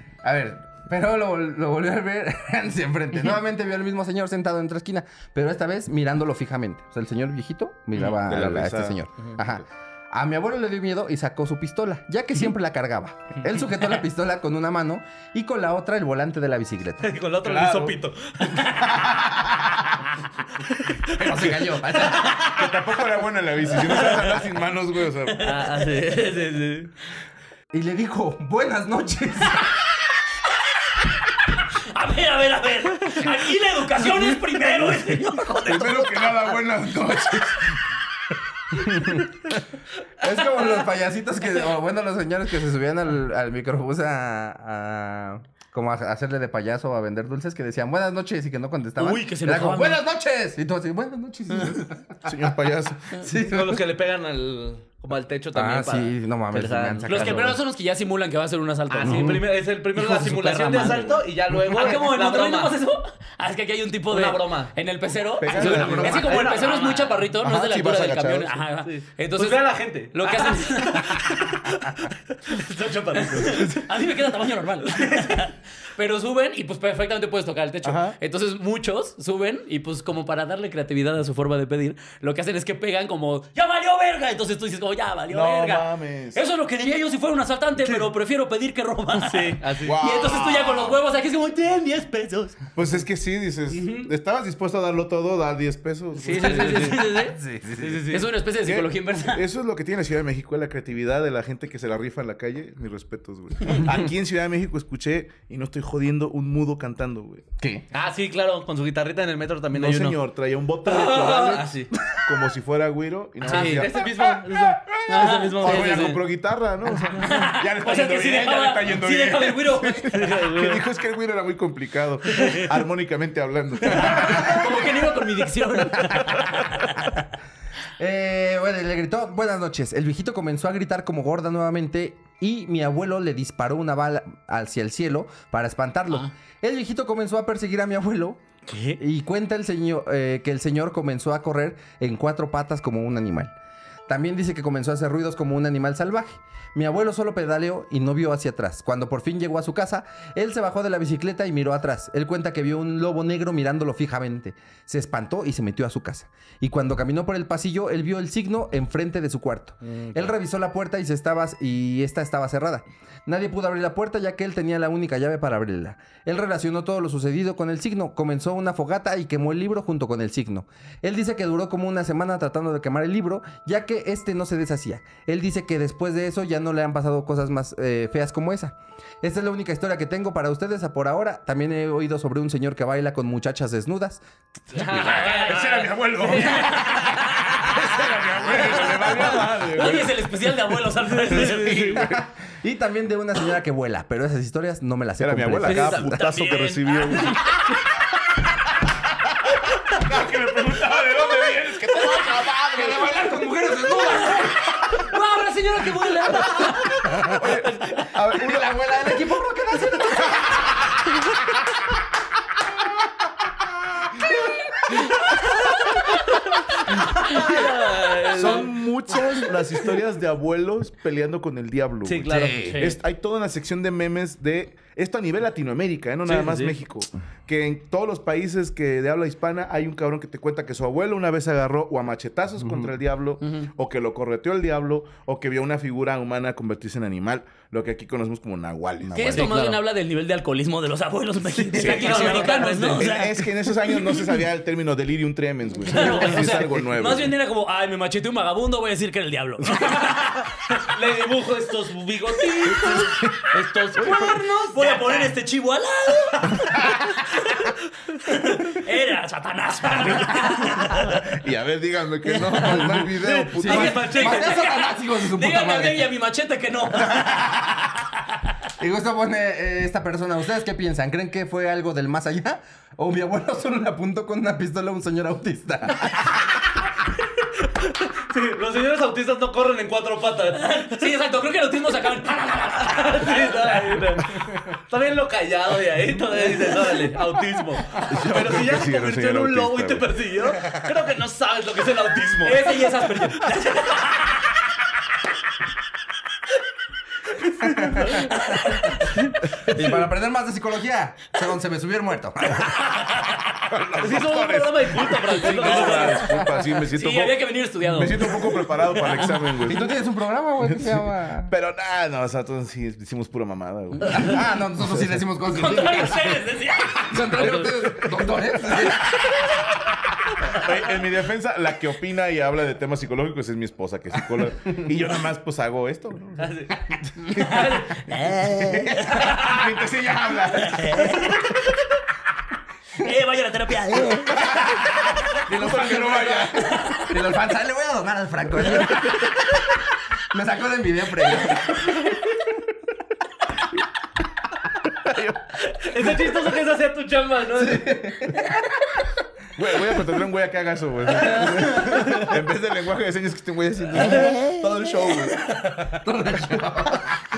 A ver, pero lo, vol- lo volvió a ver hacia enfrente. Nuevamente vio al mismo señor sentado en otra esquina, pero esta vez mirándolo fijamente. O sea, el señor viejito miraba
De la
a, a este
risa.
señor. Ajá. A mi abuelo le dio miedo y sacó su pistola, ya que siempre la cargaba. Él sujetó la pistola con una mano y con la otra el volante de la bicicleta.
Con la otra le
Claro.
hizo pito.
Pero se cayó.
Que tampoco era buena la bici. Si no sabes andar sin manos, güey, o sea.
Ah, sí, sí, sí.
Y le dijo, buenas noches.
A ver, a ver, a ver. Aquí la educación es primero, eh, señor. Joder.
Primero que nada, buenas noches.
Es como los payasitos que, o bueno, los señores que se subían al, al microbús a, a- como a hacerle de payaso o a vender dulces que decían buenas noches y que no contestaban.
Uy, que se
Era como,
enojaban,
buenas noches. Y tú así, buenas noches.
Señor payaso.
sí.
Con los que le pegan al, como al techo también.
Ah,
para-
sí, no mames.
Pero, o sea,
me han sacado.
Los que primero son los que ya simulan que va a ser un asalto.
Ah,
¿no?
sí, primero- es el primero
Hijo
la
de su
simulación de
perra madre.
asalto y ya luego
Ah, ¿cómo? ¿En
la
Monterrey
broma.
no pasa eso? Ah, es que aquí hay un tipo de...
Una broma.
En el pecero.
Pegarle la broma.
Es que como el pecero es muy chaparrito, no
Ajá,
es de la
sí,
altura
vas
del
agachado,
camión.
sí.
Ajá, ajá.
Sí.
Entonces...
pues ve a la gente.
Lo que hacen... A mí me queda tamaño normal. Pero suben y pues perfectamente puedes tocar el techo.
Ajá.
Entonces muchos suben y pues como para darle creatividad a su forma de pedir, lo que hacen es que pegan como, ya valió verga. Entonces tú dices como, ya valió
No
verga.
mames.
Eso es lo que diría yo si fuera un asaltante, pero prefiero pedir que roban. Sí,
Ah,
así.
Y entonces tú ya con los huevos aquí es como, ten 10 pesos.
Pues es que sí, dices. Estabas dispuesto a darlo todo, da 10 pesos. Pues,
Sí, sí, sí, sí, sí, sí, sí. Es una especie de
¿Qué?
psicología inversa.
Eso es lo que tiene la Ciudad de México, es la creatividad de la gente que se la rifa en la calle. Mis respetos, güey. Aquí en Ciudad de México escuché, y no estoy jodiendo, un mudo cantando, güey.
¿Qué?
Ah, sí, claro, con su guitarrita en el metro también
No,
hay uno.
señor, traía un bote de
Ah,
clavales
ah, sí.
como si fuera güiro. Y no
Sí,
decía,
este
ese mismo. Ese
"Ah,
mismo.
güey,
Sí,
ya
sí, sí.
compró guitarra, ¿no? O sea,
Ya le está
O sea
yendo
que si
bien, ya le
dejaba,
está yendo
sí
bien.
dejaba el güiro.
que dijo es que el güiro era muy complicado, armónicamente hablando.
Como que no iba con mi dicción.
Eh, bueno, y le gritó, buenas noches. El viejito comenzó a gritar como gorda nuevamente y mi abuelo le disparó una bala hacia el cielo para espantarlo. El viejito comenzó a perseguir a mi abuelo. Y cuenta el señor eh, que el señor comenzó a correr en cuatro patas como un animal. También dice que comenzó a hacer ruidos como un animal salvaje. Mi abuelo solo pedaleó y no vio hacia atrás. Cuando por fin llegó a su casa, él se bajó de la bicicleta y miró atrás. Él cuenta que vio un lobo negro mirándolo fijamente. Se espantó y se metió a su casa. Y cuando caminó por el pasillo, él vio el signo enfrente de su cuarto. Él revisó la puerta y se estaba y esta estaba cerrada. Nadie pudo abrir la puerta ya que él tenía la única llave para abrirla. Él relacionó todo lo sucedido con el signo, comenzó una fogata y quemó el libro junto con el signo. Él dice que duró como una semana tratando de quemar el libro, ya que este no se deshacía. Él dice que después de eso ya no le han pasado cosas más eh, feas como esa. Esta es la única historia que tengo para ustedes a por ahora. También he oído sobre un señor que baila con muchachas desnudas.
Ese era mi abuelo. Ese era mi abuelo. Le valió madre, güey.
Hoy es el especial de abuelos al parecer.
Y también de una señora que vuela, pero esas historias no me las sé
Era mi abuela,
completas.
cada putazo que
Ah,
recibió. güey.
Cada que le preguntaba de dónde vienes, que te vas a acabar, güey.
¡No, habrá señora que vuela!
Uno, la abuela del equipo ¿por qué no hace nada?
Son muchas las historias de abuelos peleando con el diablo.
Sí,
güey.
claro.
Sí.
sí.
Es- hay toda una sección de memes de esto a nivel Latinoamérica, ¿eh? no nada más México. Que en todos los países que de habla hispana hay un cabrón que te cuenta que su abuelo una vez agarró o a machetazos contra el diablo, o que lo correteó el diablo, o que vio una figura humana convertirse en animal, lo que aquí conocemos como nahuales.
Que esto
Nahuales.
más bien habla del nivel de alcoholismo de los abuelos mexicanos latinoamericanos, ¿no? O sea,
Es que en esos años no se sabía el término delirium tremens, güey.
claro,
es
o sea,
algo nuevo.
Más bien era como, ay, me macheté un vagabundo, voy a decir que era el diablo.
Le dibujo estos bigotitos, estos cuernos.
Voy a poner este chivo al lado. Era Satanás.
Y a ver, díganme que no, no hay video, puto.
Díganme,
Maté a Satanás, hijos de su puta
díganme a
madre.
mí y a mi machete que no.
Y justo pone eh, esta persona, ¿ustedes qué piensan? ¿Creen que fue algo del más allá? ¿O mi abuelo solo le apuntó con una pistola a un señor autista?
Sí, los señores autistas no corren en cuatro patas.
Sí, exacto. Creo que los autismo se acaban.
Sí, no, no. Está bien lo callado de ahí, todavía dices, órale, autismo. Pero si ya se
persigue a un señor
convirtió en un lobo y
autista,
te persiguió, creo que no sabes lo que es el autismo.
Ese y esas personas.
y para aprender más de psicología, según se me subió el muerto.
Sí, es un programa de culto,
No,
Francisco.
no, disculpa, sí, me siento,
Sí,
un
había que
poco,
venir estudiado.
me siento un poco preparado para el examen,
¿Y
güey.
tú tienes un programa, güey? ¿Qué se llama?
Pero nada, no, o sea, todos sí hicimos pura mamada, güey.
Ah, no, nosotros sí decimos cosas.
Contrario a ustedes, decía.
Contrario a ustedes, doctores.
Oye, En mi defensa, la que opina y habla de temas psicológicos es mi esposa, que es psicóloga. Y yo nada más, pues hago esto. ¿no?
Ah, Mientras ella habla.
Eh, vaya a la terapia. eh.
De los
Para que no vaya.
De los fans, "Ay, le voy a donar al Franco. Me sacó de mi video previo.
Está chistoso que esa sea tu chamba, ¿no?
Güey, voy a contratar a un güey a que haga eso, güey. En vez del lenguaje de señas que este güey haciendo todo el show, güey.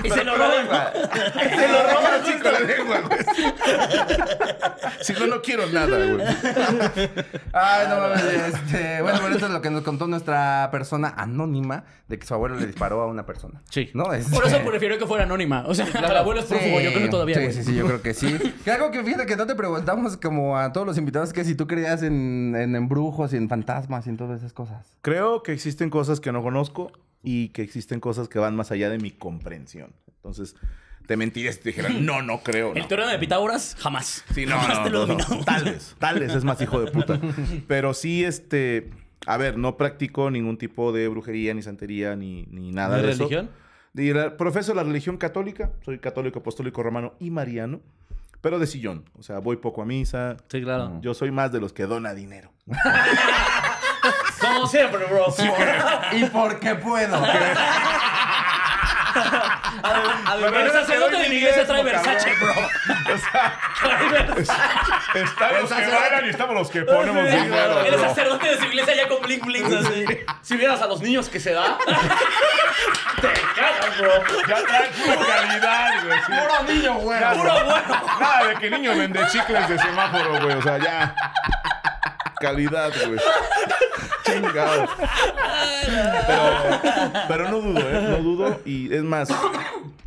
Y se lo roban.
Se lo roban así con la lengua, güey. Si no, no quiero nada, güey.
Ay,
Ah,
no mames. Este, bueno, pero esto es lo que nos contó nuestra persona anónima de que su abuelo le disparó a una persona.
Sí.
¿No? Este-
Por eso prefiero que fuera anónima. O sea, el abuelo es prófugo, yo creo que todavía.
Sí,
güey.
sí, sí, yo creo que sí. Que algo que fíjate que no te preguntamos como a todos los invitados que si tú creías en, en embrujos y en fantasmas y en todas esas cosas.
Creo que existen cosas que no conozco y que existen cosas que van más allá de mi comprensión. Entonces, te mentiría si te dijera, no, no creo.
El
no.
teorema de Pitágoras, jamás.
Sí, no,
jamás
no,
te lo
no,
dominamos.
no. Tal vez, tal vez es más hijo de puta. Pero sí, este. A ver, no practico ningún tipo de brujería, ni santería, ni, ni nada
¿Ni
de eso.
religión?
Y la- profeso la religión católica. Soy católico, apostólico, romano y mariano. Pero de sillón. O sea, voy poco a misa.
Sí, claro.
Yo soy más de los que dona dinero.
Como siempre, bro.
¿Y por qué puedo?
A ver,
Pero
el
esa se doy
sacerdote de
mi
mi iglesia
diezmo,
trae Versace, bro.
Estamos los que bailan y estamos los que ponemos
Sí,
dinero.
El
bro.
sacerdote de su iglesia ya con bling bling así.
Si vieras a los niños que se da, te cagas, bro.
Ya traen pura calidad, güey. sí.
Puro niño, güey.
Puro bueno. Nada de que niño vende chicles de semáforo, güey. O sea, ya.
Calidad, güey. Chingado. Pero, pero no dudo, ¿eh? No dudo. Y es más,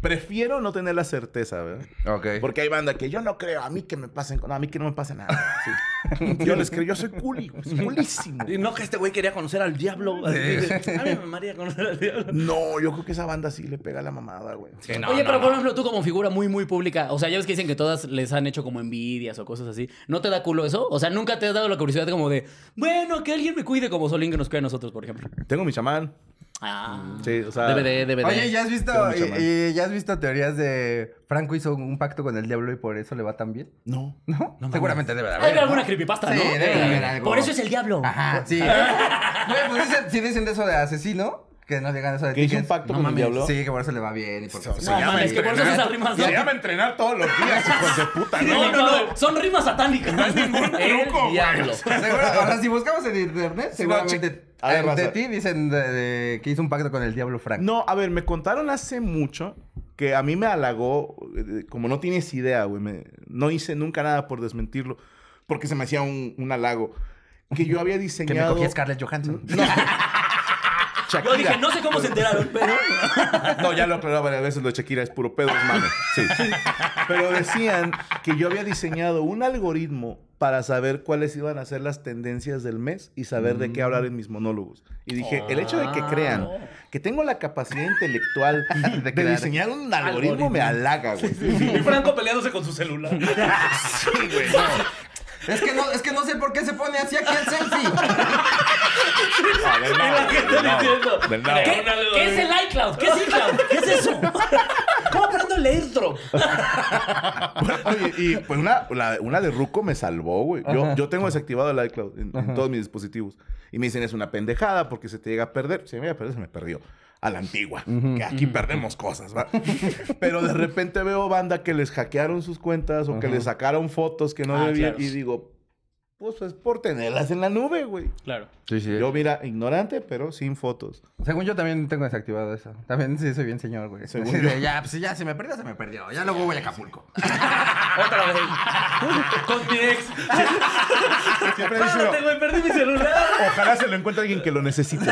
prefiero no tener la certeza, ¿verdad?
Ok.
Porque hay banda que yo no creo, a mí que me pasen, no, a mí que no me pase nada. sí. Yo les creo, yo soy culi, güey, soy culísimo.
Y no que este güey quería conocer al diablo. así que, A mí me maría conocer al diablo.
No, yo creo que esa banda sí le pega la mamada, güey.
Oye, pero por ejemplo, tú como figura muy, muy pública, o sea, ya ves que dicen que todas les han hecho como envidias o cosas así. ¿No te da culo eso? O sea, nunca te has dado la curiosidad como de, bueno, que alguien me cuide como Solín que nos cuida a nosotros, por ejemplo.
Tengo mi chamán.
Ah.
Sí, o sea.
DVD, DVD.
Oye, ¿ya has visto,
Tengo mucha
y-
mano.
y ya has visto teorías de Franco hizo un pacto con el diablo y por eso le va tan bien?
No.
¿No? Seguramente debe de haber.
Hay
¿no?
alguna creepypasta,
Sí,
¿no?
debe de haber algo.
Por eso es el diablo.
Ajá, sí. Güey, pues dicen- si dicen de eso de asesino, que no digan eso de
¿Que hizo
tickets.
un pacto
No
con el
mames.
diablo?
Sí, que por eso le va bien y por eso.
No, mames, que por eso esas rimas no.
Se llama entrenar todos los días, hijos de puta, ¿no?
No, no, no. Son rimas satánicas.
Ningún truco, güey.
Diablo.
Seguro, o sea, si buscamos en internet, seguramente
A ver,
Eh, de
raza.
ti dicen de- de que hizo un pacto con el diablo Frank.
No, a ver, me contaron hace mucho que a mí me halagó, eh, como no tienes idea, güey, me- no hice nunca nada por desmentirlo, porque se me hacía un, un halago, que yo había
que me
diseñado...
cogía Scarlett Johansson.
Shakira.
Ah,
Yo dije, no sé cómo se enteraron, pero.
No, ya lo aclaraba varias veces, lo de Shakira es puro pedo, es malo. Sí. Pero decían que yo había diseñado un algoritmo para saber cuáles iban a ser las tendencias del mes y saber de qué hablar en mis monólogos. Y dije, el hecho
Ah.
de que crean que tengo la capacidad intelectual de,
crear.
diseñar un algoritmo, me halaga, güey.
Y Franco peleándose con su celular.
Es que no, es que no sé por qué se pone así aquí el selfie.
Ah, del nabo,
la gente
del nabo,
diciendo,
del nabo.
¿qué?
¿Qué, qué es el iCloud? ¿Qué es iCloud? ¿Qué es eso? ¿Cómo aprendo el airdrop?
Oye, y pues una, la- una de Ruco me salvó, güey. Yo, yo tengo desactivado el iCloud en, en todos mis dispositivos. Y me dicen, es una pendejada porque se te llega a perder. Se me llega a perder, se me perdió. A la antigua. Que aquí perdemos cosas, ¿va? Pero de repente veo banda que les hackearon sus cuentas o que les sacaron fotos que no
Ah,
debían.
claro.
Y digo, pues es por tenerlas en la nube, güey.
Claro.
Sí, sí.
Yo, mira, ignorante, pero sin fotos.
Según yo también tengo desactivado eso. También sí soy bien señor, güey.
Según
Así
yo.
de, ya, pues ya se me perdió, se me perdió. Ya luego voy a Acapulco.
Otra vez. Con mi ex.
Siempre dice uno,
Párate, güey, perdí mi celular.
ojalá se lo encuentre alguien que lo necesite.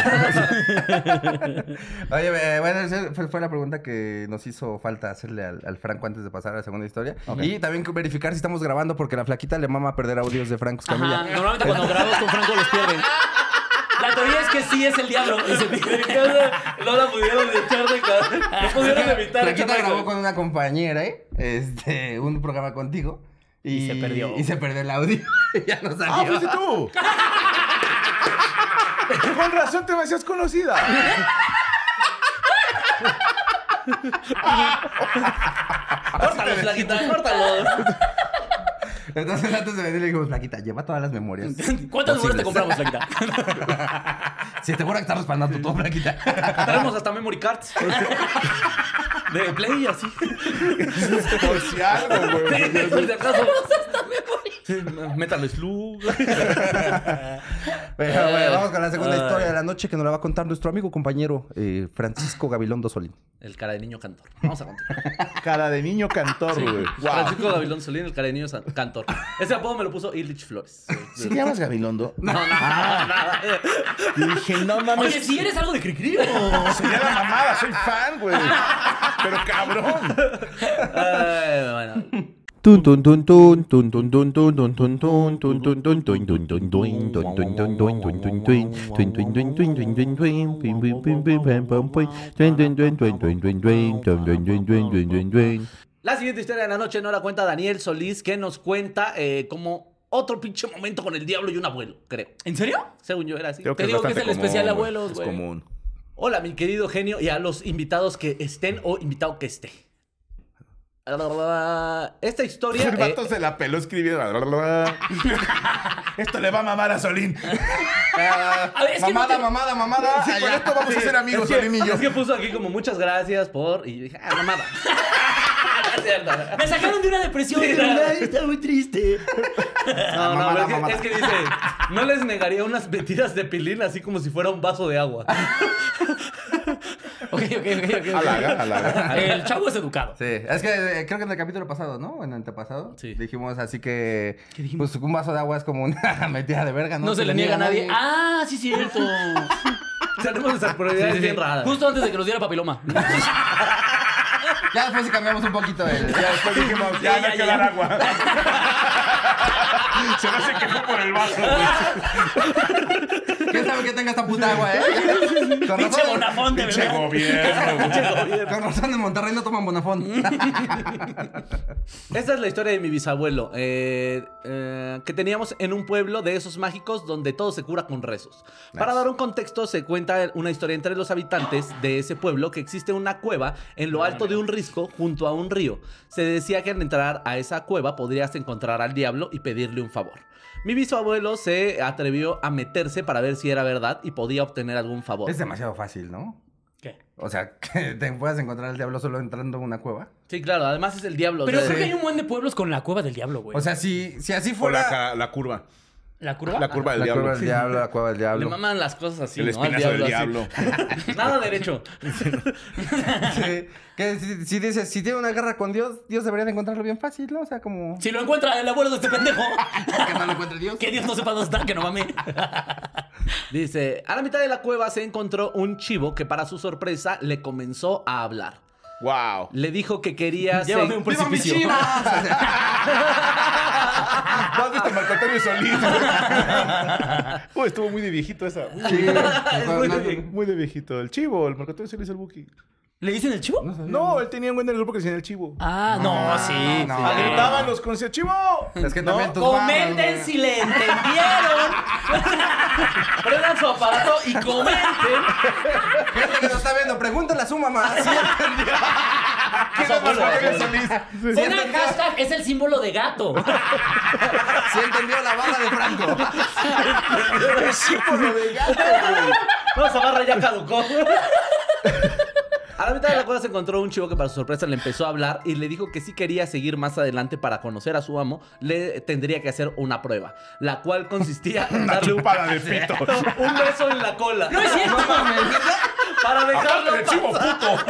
Oye, eh, bueno, esa fue, fue la pregunta que nos hizo falta hacerle al, al Franco antes de pasar a la segunda historia. Y también que verificar si estamos grabando porque la flaquita le mama perder audios de Franco Escamilla.
Ajá. Normalmente cuando grabamos con Franco los pierden. La teoría es que sí es el diablo. Y se
En casa no la pudieron echar de cara. No pudieron evitar
Flaquita
echarla,
grabó
güey.
con una compañera, ¿eh? Este, un programa contigo. Y,
Y se perdió. pues
Y se perdió el audio. ya no
¡Ah,
salió.
fuiste tú! Con razón te me hacías conocida.
Córtalos, flaquita, córtalos.
Entonces antes de venir le dijimos, Flaquita, lleva todas las memorias.
¿Cuántas números te
posibles.
compramos, Flaquita?
Si te juro que estás respaldando todo, Flaquita.
Traemos hasta memory cards. De play así.
Por si algo, güey.
Por si acaso. Sí, Metal Slug.
Pero bueno, vamos con la segunda historia de la noche que nos la va a contar nuestro amigo compañero eh, Francisco Gabilondo Solín.
El cara de niño cantor. Vamos a continuar.
Cara de niño cantor, güey. Wow.
Francisco Gabilón Solín, el cara de niño san- cantor. Ese apodo me lo puso Illich Flores.
¿Sí te llamas Gabilondo?
No, no, nada.
Y dije, no
Oye,
mames.
si eres algo de Cricri.
Sería la mamada, soy fan, güey. Pero cabrón.
Ay, bueno.
Tun tun tun tun tun tun tun tun tun tun tun tun tun tun tun tun tun tun tun tun tun tun tun tun tun tun tun tun tun tun tun tun pim pim pim pim pam pam pum tun tun tun tun tun tun tun tun tun tun tun tun tun tun
La siguiente historia de la noche no la cuenta Daniel Solís, que nos cuenta eh, como otro pinche momento con el diablo y un abuelo, creo.
¿En serio?
Según yo era así.
Te digo que es el especial abuelos, güey.
Es común.
Hola, mi querido genio, y a los invitados que estén o invitado que esté. Esta historia.
El
eh,
vato se la peló escribiendo. Esto le va a mamar a Solín.
A ver, es que no
mamada,
te-
mamada, mamada,
Sí, con
allá.
esto vamos a ser amigos, Solín y yo.
es que puso aquí como muchas gracias por. Y yo dije, ah, mamada. No es cierto.
Me sacaron de una depresión. de verdad.
Está muy triste.
Ah,
No, no,
Mamada,
pero es que-
mamada.
es que dice, no les negaría unas metidas de pilín así como si fuera un vaso de agua.
Ok, ok, ok, ok.
Halaga, halaga.
El chavo es educado.
Sí, es que eh, creo que en el capítulo pasado, ¿no? En el antepasado.
Sí.
Dijimos así que. Pues un vaso de agua es como una metida de verga, ¿no?
No se le niega a nadie. Ah, sí, cierto.
Tenemos esas prioridades bien raras.
Justo antes de que nos diera papiloma.
Ya después sí cambiamos un poquito el.
Ya después dijimos, ya,
Ya,
no
ya,
hay que
ya.
dar agua.
Se me hace que fue por el vaso, güey.
¿Quién sabe que tenga esta puta agua, eh? Con
Pinche
razón, eh.
bonafón, de
Pinche
verdad.
gobierno, güey.
con razón en Monterrey no toman bonafón.
Esta es la historia de mi bisabuelo, eh, eh, que teníamos en un pueblo de esos mágicos donde todo se cura con rezos. Para dar un contexto, se cuenta una historia entre los habitantes de ese pueblo que existe una cueva en lo alto de un risco junto a un río. Se decía que al entrar a esa cueva podrías encontrar al diablo y pedirle un favor. Mi bisabuelo se atrevió a meterse para ver si era verdad y podía obtener algún favor.
es demasiado fácil, ¿no?
¿Qué?
O sea, que te puedas encontrar al diablo solo entrando a una cueva.
Sí, claro, además es el diablo.
Pero
o sea,
creo que
Sí.
hay un buen de pueblos con la cueva del diablo, güey.
O sea, si, si así
O la,
fuera.
ca- la curva.
¿La curva?
La curva del
La
diablo.
cueva del diablo, la cueva del
Le
diablo.
maman las cosas así,
El
¿no? Al
espinazo del
diablo, así. Nada derecho.
Sí, que si, si dices, si tiene una guerra con Dios, Dios debería de encontrarlo bien fácil, ¿no? O sea, como...
Si lo encuentra el abuelo de este pendejo.
Que no lo encuentre Dios.
Que Dios no sepa dónde está, que no mame.
Dice, a la mitad de la cueva se encontró un chivo que para su sorpresa le comenzó a hablar.
Wow.
Le dijo que quería...
Llévame
se-
un
¡Viva mis
precipicio.
chivas!
¿No has visto Marco Antonio Solís? Uy, estuvo muy de viejito esa. Muy,
Sí,
muy
no,
de,
no,
vie- muy de viejito. El chivo, el Marco Antonio Solís, el Buki.
¿Le dicen el chivo?
No, él tenía un güey en el grupo que decía el chivo.
Ah, no, sí.
no,
sí.
no.
Gritaban los conciertos. ¡Chivo!
Es que también tus barras,
Comenten
güey.
si le entendieron. Prendan su aparato y comenten.
Gente que nos está viendo, pregúntale a su mamá. ¿sí entendió? ¿Quién es Marco Antonio Solís? ¿Sí
Pongan
entendió,
hashtag, es el símbolo de gato.
sí entendió la bala de Franco?
No, esa barra ya caducó. A la mitad de la cueva se encontró un chivo que para su sorpresa le empezó a hablar y le dijo que si quería seguir más adelante para conocer a su amo, le tendría que hacer una prueba, la cual consistía en darle un,
Chupada de pito.
un beso en la cola
No es cierto.
para dejarlo
Aparte de chivo
pasar.
puto.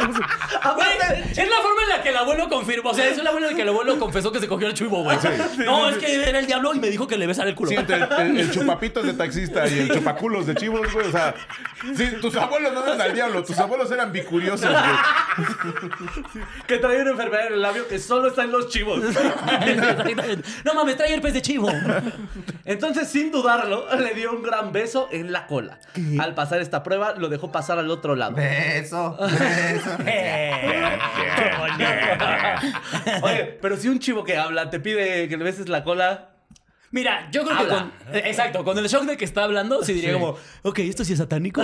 Güey, es la forma en la que el abuelo confirmó. O sea, es la forma en la que el abuelo confesó que se cogió el chivo, güey. No, es que era el diablo y me dijo que le besara el culo.
Sí, entre el, el- el chupapitos de taxista y el chupaculos de chivos, güey. O sea, sí, tus abuelos no eran al diablo, tus abuelos eran bicuriosos, güey.
Que traía una enfermedad en el labio que solo está en los chivos.
No mames, trae herpes de chivo.
Entonces, sin dudarlo, le dio un gran beso en la cola. Al pasar esta prueba, lo dejó pasar al otro lado.
Beso, beso.
Eh.
Oye, pero si un chivo que habla te pide que le beses la cola.
Mira, yo creo que
Habla.
con. eh, Exacto, con el shock de que está hablando, sí diría como, ok, esto sí es satánico.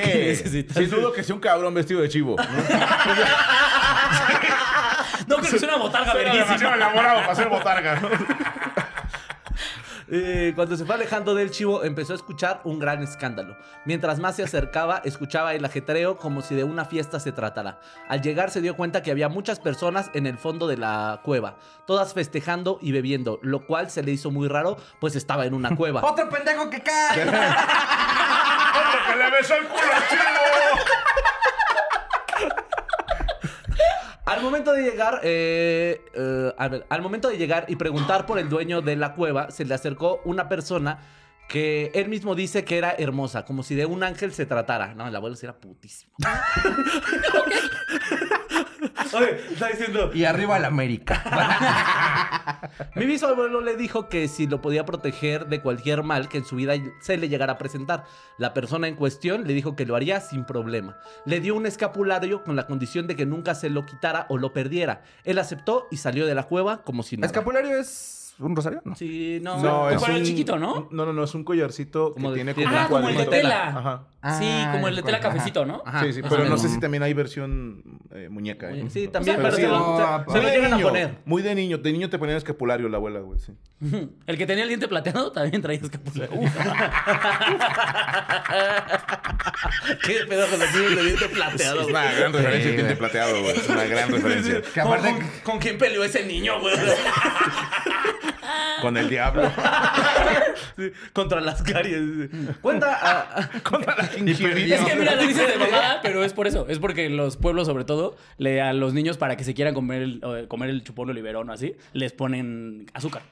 ¿Qué necesitas?
Sin duda que sea un cabrón vestido de chivo.
No creo que sea una botarga
Era
verguísima.
demasiado elaborado para ser botarga.
eh, cuando se fue alejando del chivo, empezó a escuchar un gran escándalo. Mientras más se acercaba, escuchaba el ajetreo como si de una fiesta se tratara. Al llegar, se dio cuenta que había muchas personas en el fondo de la cueva, todas festejando y bebiendo, lo cual se le hizo muy raro, pues estaba en una cueva.
Otro pendejo que cae.
¡Otro que le besó el culo al chivo!
Al momento de llegar, eh, eh, a ver, al momento de llegar y preguntar por el dueño de la cueva, se le acercó una persona que él mismo dice que era hermosa, como si de un ángel se tratara. No, el abuelo sí era putísimo. Oye, está diciendo.
Y arriba el América.
Mi bisabuelo le dijo que si lo podía proteger de cualquier mal que en su vida se le llegara a presentar. La persona en cuestión le dijo que lo haría sin problema. Le dio un escapulario con la condición de que nunca se lo quitara o lo perdiera. Él aceptó y salió de la cueva como si nada.
¿Escapulario es un rosario? No.
Sí, no.
No, es- Como el chiquito, ¿no?
No, no, no, es un collarcito
Como
que tiene
de tela.
un
Ah, como el de
cuadrito.
tela.
Ajá.
Sí,
Ah,
como el de tela
ajá.
cafecito, ¿no?
Ajá,
sí, sí,
más o
pero no
menos.
sé si también hay versión eh, muñeca. ¿eh?
Sí, también,
O sea,
pero
sí,
se lo,
no,
se-
ah,
se lo
Muy de
llegan a
niño,
poner.
Muy de niño. De niño te ponían escapulario la abuela, güey. Sí.
El que tenía el diente plateado también traía escapulario.
Qué pedo con los niños de diente plateado,
Es
güey.
una gran referencia el
güey.
tinte plateado, güey. Oh, Es una gran referencia.
Que aparte...
¿Con, con quién peleó ese niño, güey?
Con el diablo.
Sí, Contra las caries. Cuenta a- a-
Contra la
Es que mira, lo dices de mamada, pero es por eso. Es porque los pueblos, sobre todo, le, a los niños para que se quieran comer el, eh, comer el chupón liberón o así, les ponen azúcar.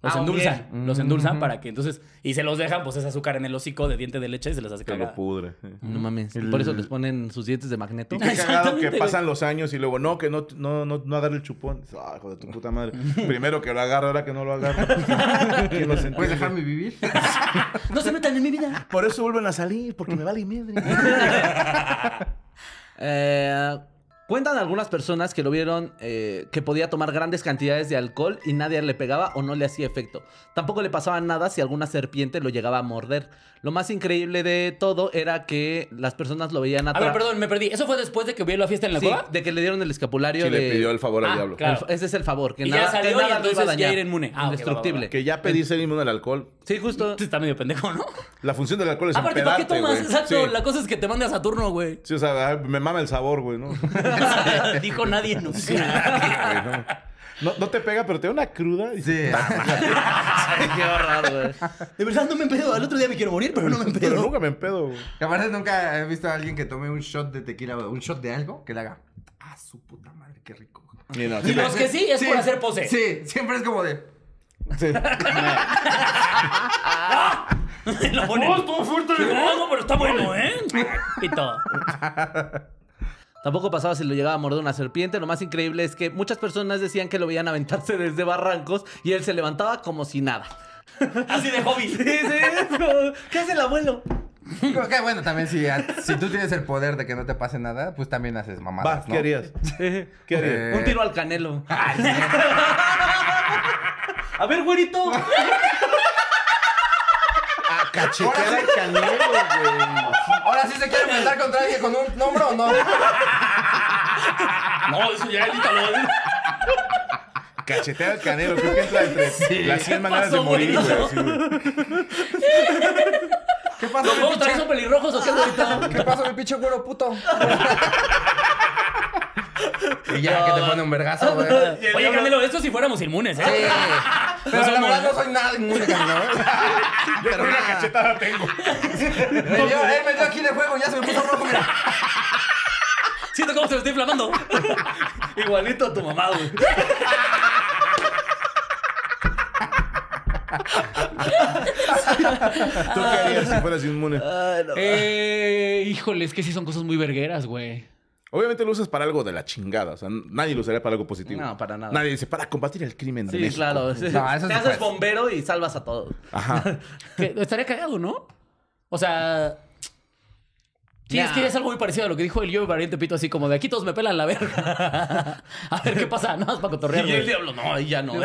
Los
Ah,
endulzan. Los endulzan para que entonces. Y se los dejan, pues es azúcar en el hocico de diente de leche y se les hace
Te lo
cagada.
pudre. sí.
No mames. Por eso les ponen sus dientes de magneto.
Y qué cagado
Exactamente,
que
güey.
pasan los años y luego, no, que no, no, no, no agarre el chupón. Dices, Ah, hijo de tu puta madre. Primero que lo agarra, ahora que no lo agarra. ¿Quién los
¿Puedes
entiende?
dejarme vivir?
No se metan en mi vida.
Por eso vuelven a salir, porque me vale madre.
Eh, cuentan algunas personas que lo vieron eh, que podía tomar grandes cantidades de alcohol y nadie le pegaba o no le hacía efecto. Tampoco le pasaba nada si alguna serpiente lo llegaba a morder. Lo más increíble de todo era que las personas lo veían
A
atrás.
ver, Ah, perdón, me perdí. ¿Eso fue después de que hubiera la fiesta en la
Sí,
cueva?
de que le dieron el escapulario
Sí,
de...
le pidió el favor al
Ah,
diablo.
claro.
el- Ese es el favor, que
Y ya
nada,
salió
que
y
nada lo iba a
entonces ya
dañar.
era inmune. Ah, ok, va, va, va, va.
Indestructible.
Que ya pedí ser inmune al alcohol.
Sí, justo.
Está medio pendejo, ¿no?
La función del alcohol es
Aparte, ¿para qué
empedarte,
tomas?
güey.
Exacto.
Sí.
La cosa es que te mande a Saturno, güey.
Sí, o sea, ah, me mama el sabor, güey, ¿no?
Dijo nadie nunca.
Güey, no. No, no te pega, pero te da una cruda. Y
Sí.
Qué horror, güey.
De verdad no me empedo. Al otro día me quiero morir, pero no me
Pero
empedo.
nunca me empedo, güey.
Aparte nunca he visto a alguien que tome un shot de tequila, un shot de algo que le haga. Ah, su puta madre, qué rico.
Ni no,
Y los que sí es
Sí,
por hacer pose.
Sí, siempre es como de.
sí.
Lo ponen.
estuvo fuerte!
No, pero está bueno, ¿eh? Pito.
Tampoco pasaba si lo llegaba a morder una serpiente. Lo más increíble es que muchas personas decían que lo veían aventarse desde barrancos y él se levantaba como si nada.
Así de hobby.
Sí, sí, es como, ¿Qué hace el abuelo?
Creo que bueno, también si, si tú tienes el poder de que no te pase nada, pues también haces
Va,
mamadas, ¿no?
¿qué harías? ¿Qué Ah, harías?
Eh,
Un tiro al canelo. A ver, güerito.
A cachetear al canelo, güey.
Ahora sí se quiere enfrentar contra alguien con un hombro o no.
No, eso ya es
Cachetear al canelo. Creo que entra entre las 100 maneras de
pasó,
morir,
güey?
güey. así, güey.
¿Qué pasó,
¿Los
mi
vamos traer
pinche?
son pelirrojos o qué, güerito?
¿Qué pasó, mi pinche güero puto? y ya que te pone un vergazo, güey. Sí.
Oye, Canelo, esto si fuéramos inmunes, ¿eh?
Pero la
somos-
verdad no soy nada inmune, cabrón.
Yo con una cachetada tengo.
Me dio, él me dio aquí de juego, ya se me puso rojo, mira.
Siento cómo se me está inflamando. Igualito a tu mamá, güey.
¿Tú qué harías si fueras inmune?
Eh, híjole, es que sí son cosas muy vergueras, güey.
Obviamente lo usas para algo de la chingada. O sea, nadie lo usaría para algo positivo.
No, para nada.
Nadie dice, para combatir el crimen de
Sí,
México".
claro. sí.
No, eso sí
Te haces
puedes.
bombero y salvas a todos.
Ajá.
Que estaría cagado, ¿no? O sea. Sí, es que es algo muy parecido a lo que dijo el yo variante Pito, así como de aquí todos me pelan la verga. a ver qué pasa, nada más para cotorrear.
Y el
güey.
diablo, no, ahí ya no.
Si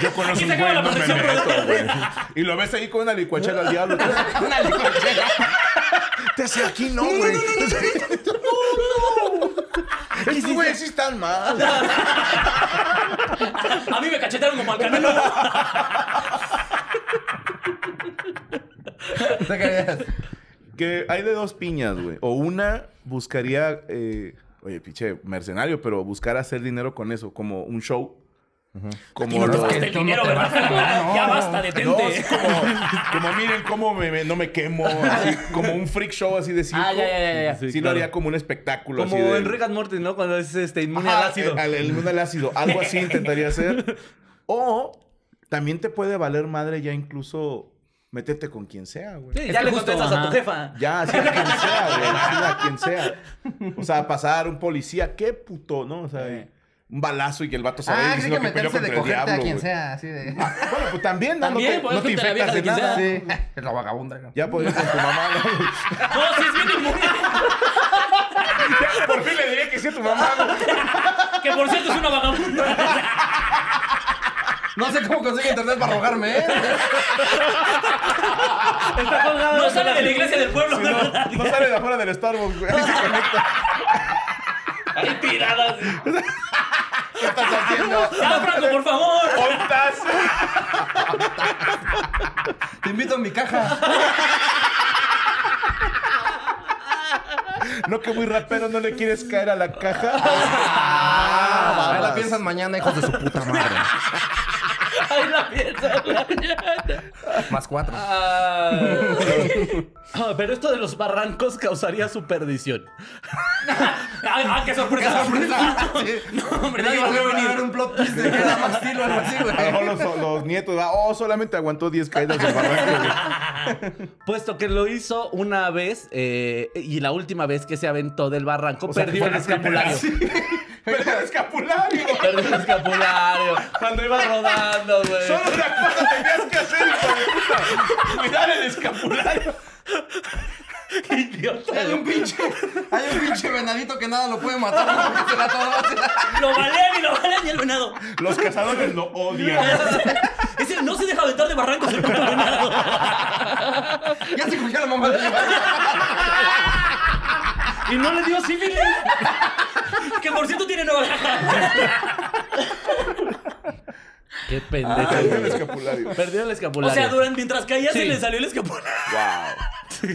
yo conozco
Aquí
un
se acaba
güey, no
la
me
protección
meto,
protectora.
güey.
Y lo ves ahí con una licuachera al diablo.
Una licuachera.
Te hace aquí, no, güey. Estos güeyes sí están mal.
A mí me cachetaron como al canelo.
¿Tú qué harías?
Que hay de dos piñas, güey. O una buscaría, eh, oye, pinche mercenario, pero buscar hacer dinero con eso, como un show. Como
no te
lo-
vas a
Este
Esto no
dinero,
te
¿verdad? ya basta,
No,
detente.
así como, como miren cómo me, me- no me quemo, así, como un freak show así de circo.
Ah, ya, ya, ya, ya.
Sí, lo haría como un espectáculo
Como
así de...
en Rick and Morty, ¿no? Cuando es este, inmune
Ajá,
al ácido.
eh, al- El inmune al ácido. Algo así intentaría hacer. O también te puede valer madre ya incluso meterte con quien sea, güey.
Sí,
Es
ya
que
le
justo,
contestas a tu
ajá.
jefa.
Ya, así a quien sea, güey. así a quien sea. O sea, pasar un policía, qué puto, ¿no? O sea, y un balazo y que el vato se
Ah,
vaya
sí que
diciendo que peleó
meterse
contra
de
el
cogerte
diablo,
a quien
güey.
sea, así de.
Bueno, pues también, ¿no?
También,
no te,
puedes
no te
juntar a la
infectas de
vieja de
nada.
quien
Ah, Sí. Es la vagabunda. cabrón.
Ya podrías con tu mamá. ¿no?
No, sí es bien inmune.
Por fin le diré que sí a tu mamá.
Que por cierto es una vagabunda.
No sé cómo consigue internet para rogarme, ¿eh?
Está colgado.
No sale de la iglesia del pueblo.
Sí, no, no sale de afuera del Starbucks, güey. Ahí se conecta.
Ahí tiradas.
¿Qué estás haciendo?
Ya, Franco, por favor.
¡Ontas!
Te invito a mi caja.
No que muy rapero no le quieres caer a la caja.
Ah,
babas.
la piensan mañana, hijos de su puta madre.
Ahí la piensa.
Más cuatro.
Ah, Pero esto de los barrancos causaría su perdición.
Ah, qué sorpresa.
No,
hombre, nadie
nadie va a
lo vio
venir
venir.
un plot twist de que era más estilo algo así, güey.
A lo mejor los, los nietos, ¿verdad? oh, solamente aguantó 10 caídas de barranco. güey.
Puesto que lo hizo una vez eh, y la última vez que se aventó del barranco,
sea,
perdió el
fue la primera,
escapulario.
Pero el escapulario.
Perdió el escapulario. Cuando iba rodando, güey.
Solo una cosa tenías que hacer, hijo de puta. Cuidar el escapulario.
Hay un pinche, hay un pinche venadito que nada lo puede matar ¿no? porque se la toma.
Lo balean y lo balean y el venado.
Los cazadores lo odian.
Ese no se deja aventar de barrancos el puto venado.
Ya se cogió la mamá de
Y no le dio sífilis. Que por cierto tiene nueva caja.
Qué pendejo.
Perdió el escapulario.
Perdió el
O
escapulario.
sea, durante, mientras caía se
Sí.
le salió el escapulario.
Wow.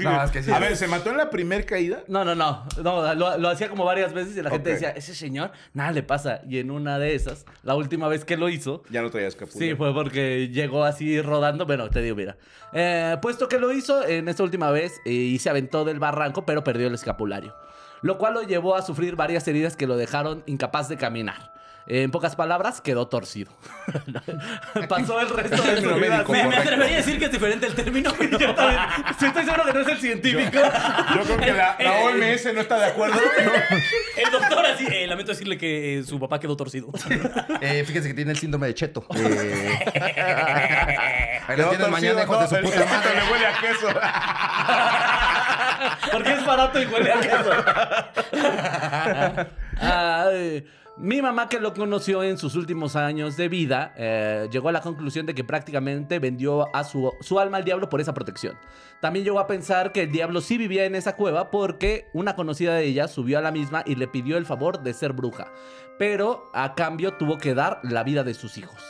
No, es que sí.
A ver, ¿se mató en la primer caída?
No, no, no. no lo, lo hacía como varias veces y la gente
Ok.
decía, ese señor, nada le pasa. Y en una de esas, la última vez que lo hizo,
Ya no traía escapula.
Sí, fue porque llegó así rodando. Bueno, te digo, mira. Eh, puesto que lo hizo en esta última vez eh, y se aventó del barranco, pero perdió el escapulario. Lo cual lo llevó a sufrir varias heridas que lo dejaron incapaz de caminar. En pocas palabras, quedó torcido. Pasó el resto de su
Término
vida.
médico,
así.
Me, me
correcto.
atrevería a decir que es diferente el término. pero-
Yo también. Sí, estoy seguro que no es el científico.
Yo creo que la, la OMS no está de acuerdo.
El doctor así, eh, lamento decirle que eh, su papá quedó torcido.
Eh, fíjense que tiene el síndrome de Cheto. Eh, ahí
Quedó
lo tienen mañana,
torcido,
hijos de
¿no?
su
El
puta
esqueleto
madre.
le huele a queso.
Porque es barato y huele a queso. Ay, Ah, eh, mi mamá, que lo conoció en sus últimos años de vida, eh, llegó a la conclusión de que prácticamente vendió a su, su alma al diablo por esa protección. También llegó a pensar que el diablo sí vivía en esa cueva porque una conocida de ella subió a la misma y le pidió el favor de ser bruja. Pero a cambio tuvo que dar la vida de sus hijos.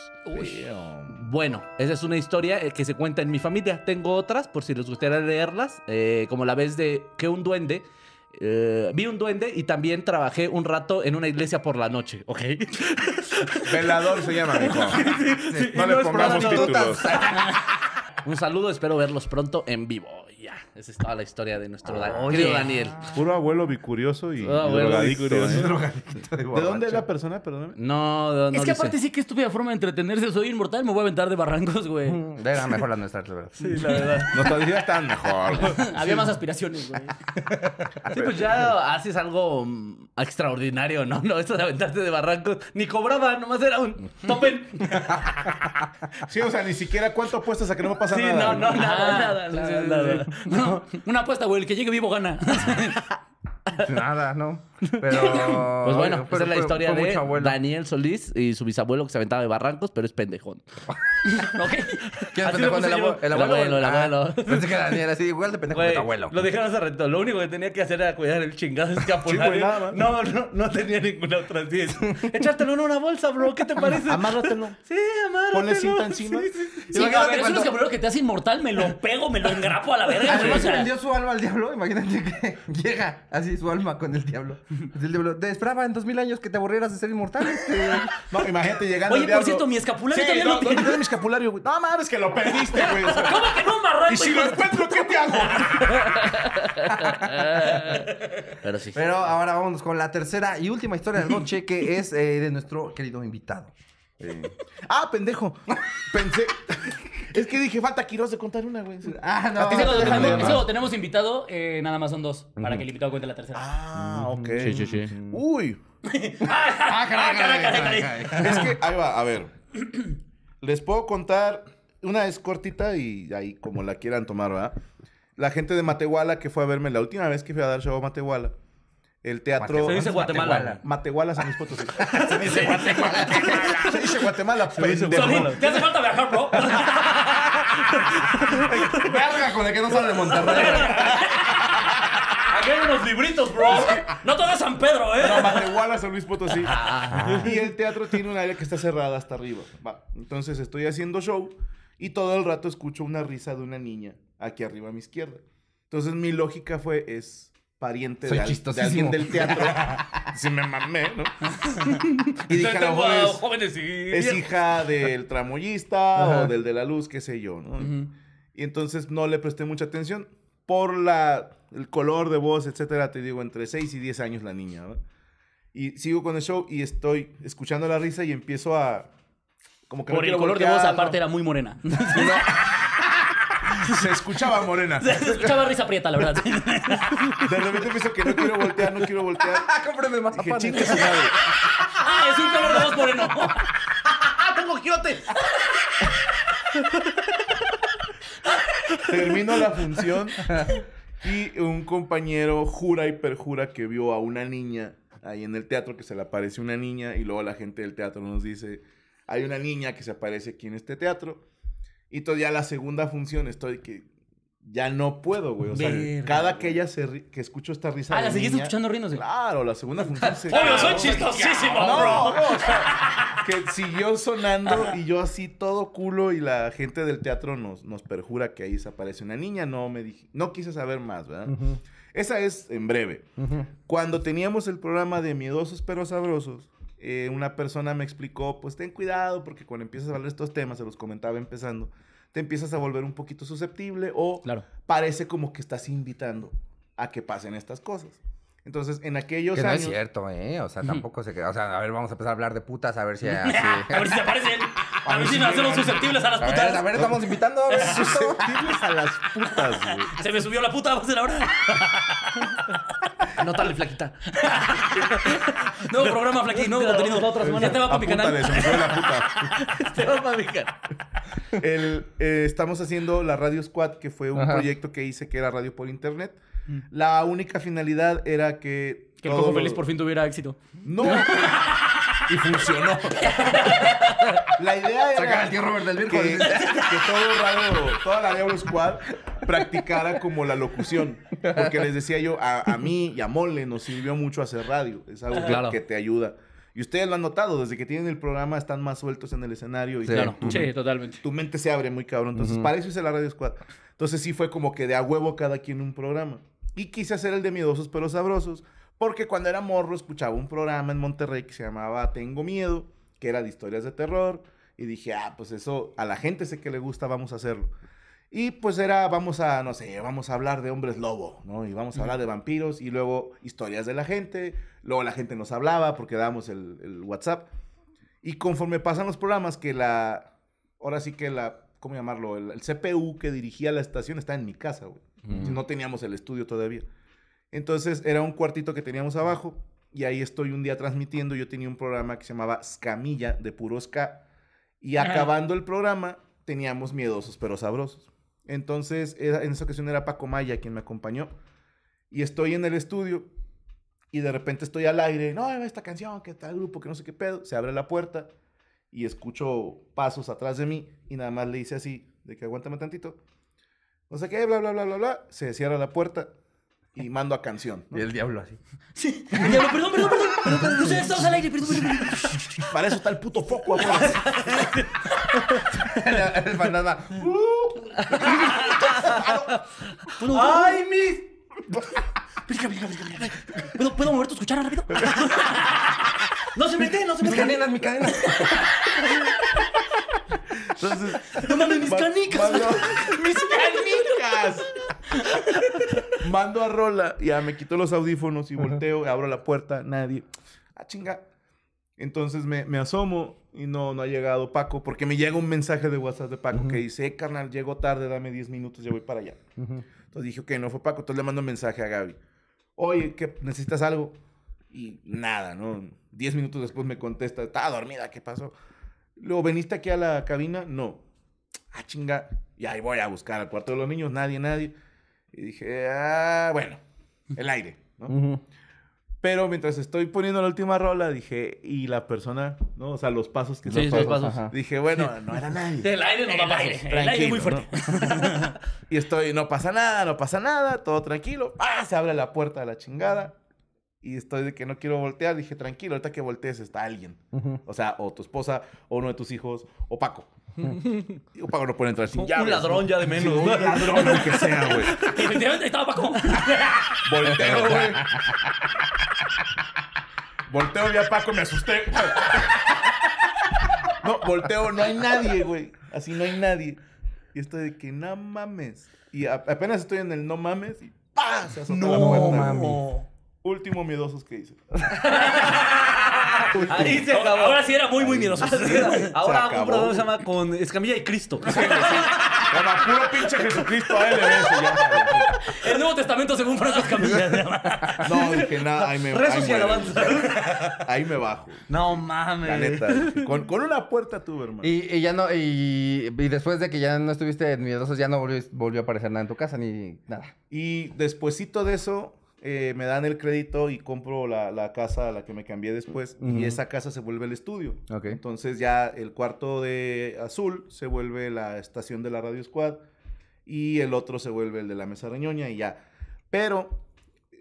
Bueno, esa es una historia eh, que se cuenta en mi familia. Tengo otras, por si les gustaría leerlas, eh, como la vez de que un duende... eh, vi un duende y también trabajé un rato en una iglesia por la noche, ¿ok?
Velador se llama, mijo. No
Y no
le
es
pongamos
prostitutas.
títulos.
Un saludo, espero verlos pronto en vivo. Ya, esa es toda la historia de nuestro Dan-
Oye.
querido Daniel.
Puro abuelo bicurioso y,
Ah, abuelo
drogadicto,
bicurioso.
¿eh?
Drogadicto
¿De dónde es
borracho.
la persona? Perdóname.
No, no, no
es que
dice.
aparte sí que estúpida forma de entretenerse. Soy inmortal, me voy a aventar de barrancos, güey.
Mm, Era mejor la nuestra, la verdad.
Nuestras vidas están mejor.
Había más aspiraciones, güey.
Sí, pues ya haces algo mm, extraordinario, ¿no? No, esto de aventarte de barrancos. Ni cobraba, nomás era un topen.
Sí, o sea, ni siquiera cuánto apuestas a que no me pasa
Sí,
nada.
no, no,
Ah,
nada, nada,
claro,
nada,
claro.
nada.
No, una apuesta, güey. El que llegue vivo gana.
Nada, no. Pero.
Pues bueno,
pero
esa es la
fue-
historia
fue mucho
de
abuelo.
Daniel Solís y su bisabuelo que se aventaba de barrancos, pero es pendejón.
¿Quién es pendejo?
Así le
¿El
puse
abuelo?
yo. El abuelo, el
Ah, pensé que era Daniel, así, igual de pendejo que
Güey,
tu abuelo.
Lo dejaron cerrado. Lo único que tenía que hacer era cuidar el chingado
Sí, güey,
escapulario.
nada más.
no, no, no tenía ninguna otra idea. Échatelo en una bolsa, bro. ¿Qué te parece?
Amárratelo.
Sí, amárratelo.
Ponle cinta encima.
Sí, sí, sí.
Sí,
Imagínate
a ver, es un
cuando-
escapulario que te hace inmortal. Me lo pego, me lo engrapo a la
Ah,
verga. güey, o
Además Ah, se
sea.
vendió su alma al diablo, imagínate que llega así su alma con el diablo. El diablo, te esperaba en dos mil años que te aburrieras de ser inmortal. este".
No, imagínate llegando al
Oye, por
diablo.
cierto, mi
Sí,
escapulario todavía
no,
no tiene.
¿dónde está mi escapulario, güey? No mames, que lo perdiste, güey. O sea,
¿Cómo que no, marrón?
y si lo encuentro, ¿qué te hago?
Pero sí.
Pero ahora vámonos con la tercera y última historia de la noche que es eh, de nuestro querido invitado.
Ah, pendejo. Pensé. es que dije, falta Quiroz de contar una, güey.
Ah, no.
Es que cuando
déjame
tenemos, es
ver.
que cuando tenemos invitado, eh, nada más son dos. Para que el invitado cuente la tercera.
Ah,
Mm,
ok. Sí, sí, sí. Uy.
Ah, caray, caray, caray, caray.
Es que, ahí va, a ver. Les puedo contar. Una es cortita y ahí como la quieran tomar, ¿verdad? La gente de Matehuala que fue a verme la última vez que fui a dar show a Matehuala. El teatro.
Se dice Guatemala.
Matehuala San Luis Potosí. Se dice Guatemala. Se dice Guatemala, pendejo.
Solín, Te hace falta viajar, bro.
Verga, con el que no sale de Monterrey.
Aquí hay unos libritos, bro. No todo es San Pedro, ¿eh?
No, Matehuala, San Luis Potosí. Y el teatro tiene un área que está cerrada hasta arriba. Va. Entonces estoy haciendo show y todo el rato escucho una risa de una niña aquí arriba a mi izquierda. Entonces mi lógica fue, es pariente
Soy
de, al- de
chistosísimo.
alguien del teatro. Se me mamé, ¿no? y dije, a lo
Tengo
mejor
a
es,
jóvenes y...
es hija del tramoyista
Ajá.
o del de la luz, qué sé yo, ¿no? Y entonces no le presté mucha atención. Por la, el color de voz, etcétera, te digo, entre 6 y 10 años la niña, ¿verdad? Y sigo con el show y estoy escuchando la risa y empiezo a... Como que me
Por el
quiero
color de voz,
voltear, ¿no?
aparte era muy morena.
Se escuchaba morena.
Se escuchaba risa prieta, la verdad.
De repente pienso que no quiero voltear, no quiero voltear.
Ah, cómprame más
Dije, chingue su madre.
Ah, es un color de voz moreno.
¡Tengo giote!
Termino la función y un compañero jura y perjura que vio a una niña ahí en el teatro, que se le aparece una niña y luego la gente del teatro nos dice, hay una niña que se aparece aquí en este teatro. Y todavía la segunda función estoy que ya no puedo, güey. O sea,
Verga,
cada que ella se ri- que escucho esta risa
Ah,
de
la seguiste
niña-
escuchando riéndose.
Claro, la segunda función se...
Obvio, soy chistosísimo,
No,
bro.
no, o sea, que siguió sonando y yo así todo culo y la gente del teatro nos, nos perjura que ahí desaparece una niña. No me dije, no quise saber más, ¿verdad? Esa es en breve. Cuando teníamos el programa de Miedosos pero Sabrosos, eh, una persona me explicó, pues ten cuidado porque cuando empiezas a hablar de estos temas, se los comentaba empezando, te empiezas a volver un poquito susceptible o
Claro.
parece como que estás invitando a que pasen estas cosas. Entonces, en aquellos
Que no
años...
es cierto, ¿eh? O sea, tampoco se queda. O sea, a ver, vamos a empezar a hablar de putas, a ver si. así.
A ver si se aparecen. A ver si nos hacemos susceptibles a las
A ver, a
putas.
ver, estamos invitando. a ver, justo.
Susceptibles a las putas, güey.
Se me subió la puta, vamos a hacer ahora.
Anótale, flaquita.
Nuevo programa, Flaky, nuevo contenido. ya te va para mi
Apúntale,
canal.
se me fue la puta.
Te vas a dejar.
El, eh, estamos haciendo la Radio Squad, que fue un
Ajá.
proyecto que hice que era radio por internet. La única finalidad era que...
Que el
todo
Cojo
lo-
Feliz por fin tuviera éxito.
No. y funcionó. La idea era...
Sacar al tío Robert del Virgo.
que, que todo radio, toda la Radio Squad practicara como la locución. Porque les decía yo, a, a mí y a Mole nos sirvió mucho hacer radio. Es algo que-
Claro.
que, te ayuda. Y ustedes lo han notado, desde que tienen el programa están más sueltos en el escenario y
Sí.
claro,
Claro.
tu,
Sí, totalmente.
tu mente se abre muy cabrón. Entonces, para eso hice la Radio Squad. Entonces sí fue como que de a huevo cada quien un programa. Y quise hacer el de Miedosos pero Sabrosos. Porque cuando era morro escuchaba un programa en Monterrey que se llamaba Tengo Miedo, que era de historias de terror. Y dije, ah, pues eso a la gente sé que le gusta, vamos a hacerlo. Y pues era, vamos a, no sé, vamos a hablar de hombres lobo, ¿no? Y vamos a hablar de vampiros y luego historias de la gente. Luego la gente nos hablaba porque dábamos el, el WhatsApp. Y conforme pasan los programas, que la. Ahora sí que la. ¿Cómo llamarlo? El, el CPU que dirigía la estación está en mi casa, güey. No teníamos el estudio todavía. Entonces era un cuartito que teníamos abajo. Y ahí estoy un día transmitiendo. Yo tenía un programa que se llamaba Scamilla de puro Ska. Y acabando el programa, teníamos miedosos pero sabrosos. Entonces, era- en esa ocasión era Paco Maya quien me acompañó. Y estoy en el estudio y de repente estoy al aire. No, eh, esta canción, que tal grupo, que no sé qué pedo. Se abre la puerta y escucho pasos atrás de mí y nada más le hice así, de que aguántame tantito. No sé qué, bla, bla, bla, bla, bla. Se cierra la puerta y mando a canción. ¿no?
Y el diablo así.
Sí. Diablo, perdón, perdón, perdón. Perdón, perdón. Ustedes estamos al aire, perdón, perdón. perdón.
Para eso está el puto foco afuera.
El el fantasma. "Uh,
¿Puedo, ¡Ay, mis! Venga, venga, venga, venga. ¿Puedo, ¿Puedo mover tu escuchara rápido? ¡No se mete, no se
Mis
mete!
cadenas, mis cadenas.
Entonces,
¡No mames, mis
ma-
canicas!
mando- Mando a Rola, ya me quito los audífonos y volteo, abro la puerta, nadie. Ah, chinga. Entonces me, me asomo y no, no ha llegado Paco, porque me llega un mensaje de WhatsApp de Paco que dice, eh, carnal, llego tarde, dame 10 minutos, ya voy para allá. Entonces dije, ok, no fue Paco, entonces le mando un mensaje a Gaby. Oye, ¿qué, ¿necesitas algo? Y nada, ¿no? 10 minutos después me contesta, estaba dormida, ¿qué pasó? Luego, ¿veniste aquí a la cabina? No. Ah, chinga. Y ahí voy a buscar al cuarto de los niños, nadie, nadie. Y dije, ah, bueno, el aire, ¿no? Pero mientras estoy poniendo la última rola, dije, y la persona, ¿no? O sea, los pasos que
Sí,
son
sí, los
pasos.
pasos.
Ajá. Dije, bueno, no era nadie.
El aire no va para aire. El aire es muy
Tranquilo,
fuerte.
Y estoy, no pasa nada, no pasa nada, todo tranquilo. ¡Ah! Se abre la puerta de la chingada. Y estoy de que no quiero voltear. Dije, tranquilo, ahorita que voltees está alguien. O sea, o tu esposa, o uno de tus hijos, o Paco. Y o Paco no puede entrar sin
Un
llaves. ¿no?
ladrón ya de menos.
Sí, un ladrón, lo que sea, güey.
Efectivamente, ahí estaba Paco.
Volteo, güey.
Volteo ya Paco, me asusté.
No, volteo, no hay nadie, güey. Así no hay nadie. Y estoy de que no mames. Y a- apenas estoy en el no mames y ¡pah! Se azota la puerta. güey. Último miedosos que hice.
Ahí se acabó.
Ahora sí era muy, muy miedoso.
Ahora
Se
hago
acabó.
un programa que se llama Con Escamilla y Cristo.
Nada, puro pinche Jesucristo a él le ves, se llama.
El Nuevo Testamento según Franco Escamilla.
No, dije nada, ahí me
Rezos y
ahí, muero.
alabanzas.
ahí me bajo.
No
La
mames.
neta. Con, con una puerta tuve, hermano.
Y, y ya no, y, y después de que ya no estuviste en miedosos, ya no volvió, volvió a aparecer nada en tu casa ni nada.
Y despuesito de eso, eh, me dan el crédito y compro la, la casa a la que me cambié después. Y esa casa se vuelve el estudio.
Ok.
Entonces ya el cuarto de azul se vuelve la estación de la Radio Squad. Y el otro se vuelve el de la Mesa Reñoña y ya. Pero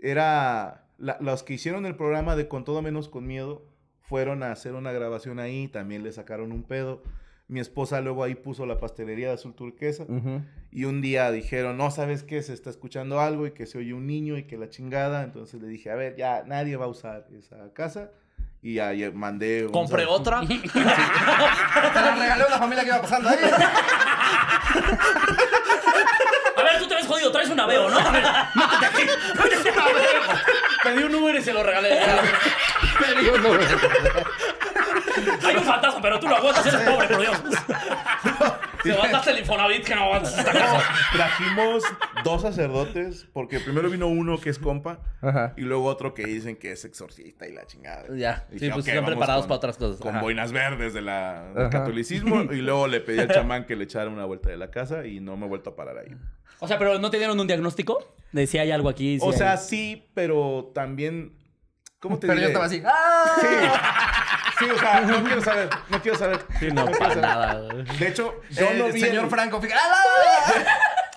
era... la- los que hicieron el programa de Con Todo Menos Con Miedo Fueron a hacer una grabación ahí, también le sacaron un pedo. Mi esposa luego ahí puso la pastelería de azul turquesa. Y un día dijeron, no, ¿sabes qué? Se está escuchando algo y que se oye un niño y que la chingada. Entonces le dije, a ver, ya nadie va a usar esa casa. Y ya, ya mandé... un-
Compré otra.
Te la regaló la familia que iba pasando ahí.
A ver, tú te ves jodido, traes un aveo, ¿no? A ver, métete aquí. Métete aquí. Pedí un Uber y se lo regalé. Hay un fantasma, pero tú lo aguantas, eres pobre, por Dios. Te levantaste el Infonavit que no aguantas esta
No,
casa.
trajimos dos sacerdotes, porque primero vino uno que es compa, y luego otro que dicen que es exorcista y la chingada.
Ya,
Y
sí,
dije,
pues
"Ok,
están
vamos
preparados
con-
para otras cosas.
Con
Ajá.
boinas verdes de la, del catolicismo, y luego le pedí al chamán que le echara una vuelta de la casa, y no me he vuelto a parar ahí.
O sea, pero ¿no te dieron un diagnóstico? De si hay algo aquí. si
o
hay-
sea, sí, pero también.
Pues
¿Cómo te
Pero yo
diré?
estaba así. ¡Ah!
Sí. Sí, o sea, no quiero saber, no quiero saber.
Sí, no,
quiero
para
saber.
nada. güey.
De hecho, yo
El
no vi.
señor
el-
Franco, fíjate. ¡Ah, la, la, la!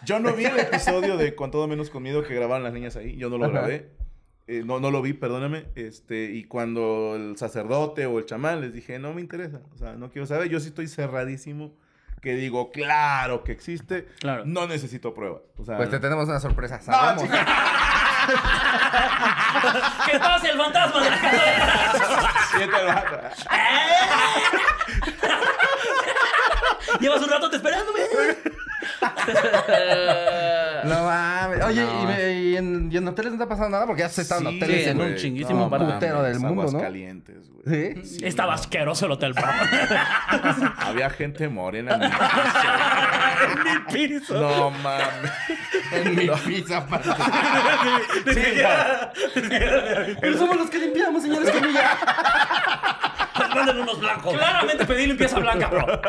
Yo no vi el episodio de Con todo menos comido que grabaron las niñas ahí. Yo no lo grabé. Eh, no, no lo vi, perdóname. Este, y cuando el sacerdote o el chamán les dije, no me interesa. O sea, no quiero saber. Yo sí estoy cerradísimo. Que digo, claro que existe.
Claro.
No necesito pruebas. O sea,
Pues te tenemos una sorpresa.
no,
Vamos.
chica,
¿Qué pasa, el fantasma de la casa?
siete al vato.
Llevas un rato te esperándome.
No mames. Oye, ¿y, me- y en, y en hoteles no te ha pasado nada? Porque ya has estado en
Sí,
hoteles.
en
en
un
güey.
chinguísimo
No
par de-
mames,
del mundo, ¿no?
Aguascalientes, güey.
¿Sí?
Estaba asqueroso el hotel, bro.
Había gente morena. En mi piso. No mames.
En mi pizza aparte.
Pero somos los que limpiamos, señores Camilla.
Mandan unos blancos. Claramente pedí limpieza blanca, bro.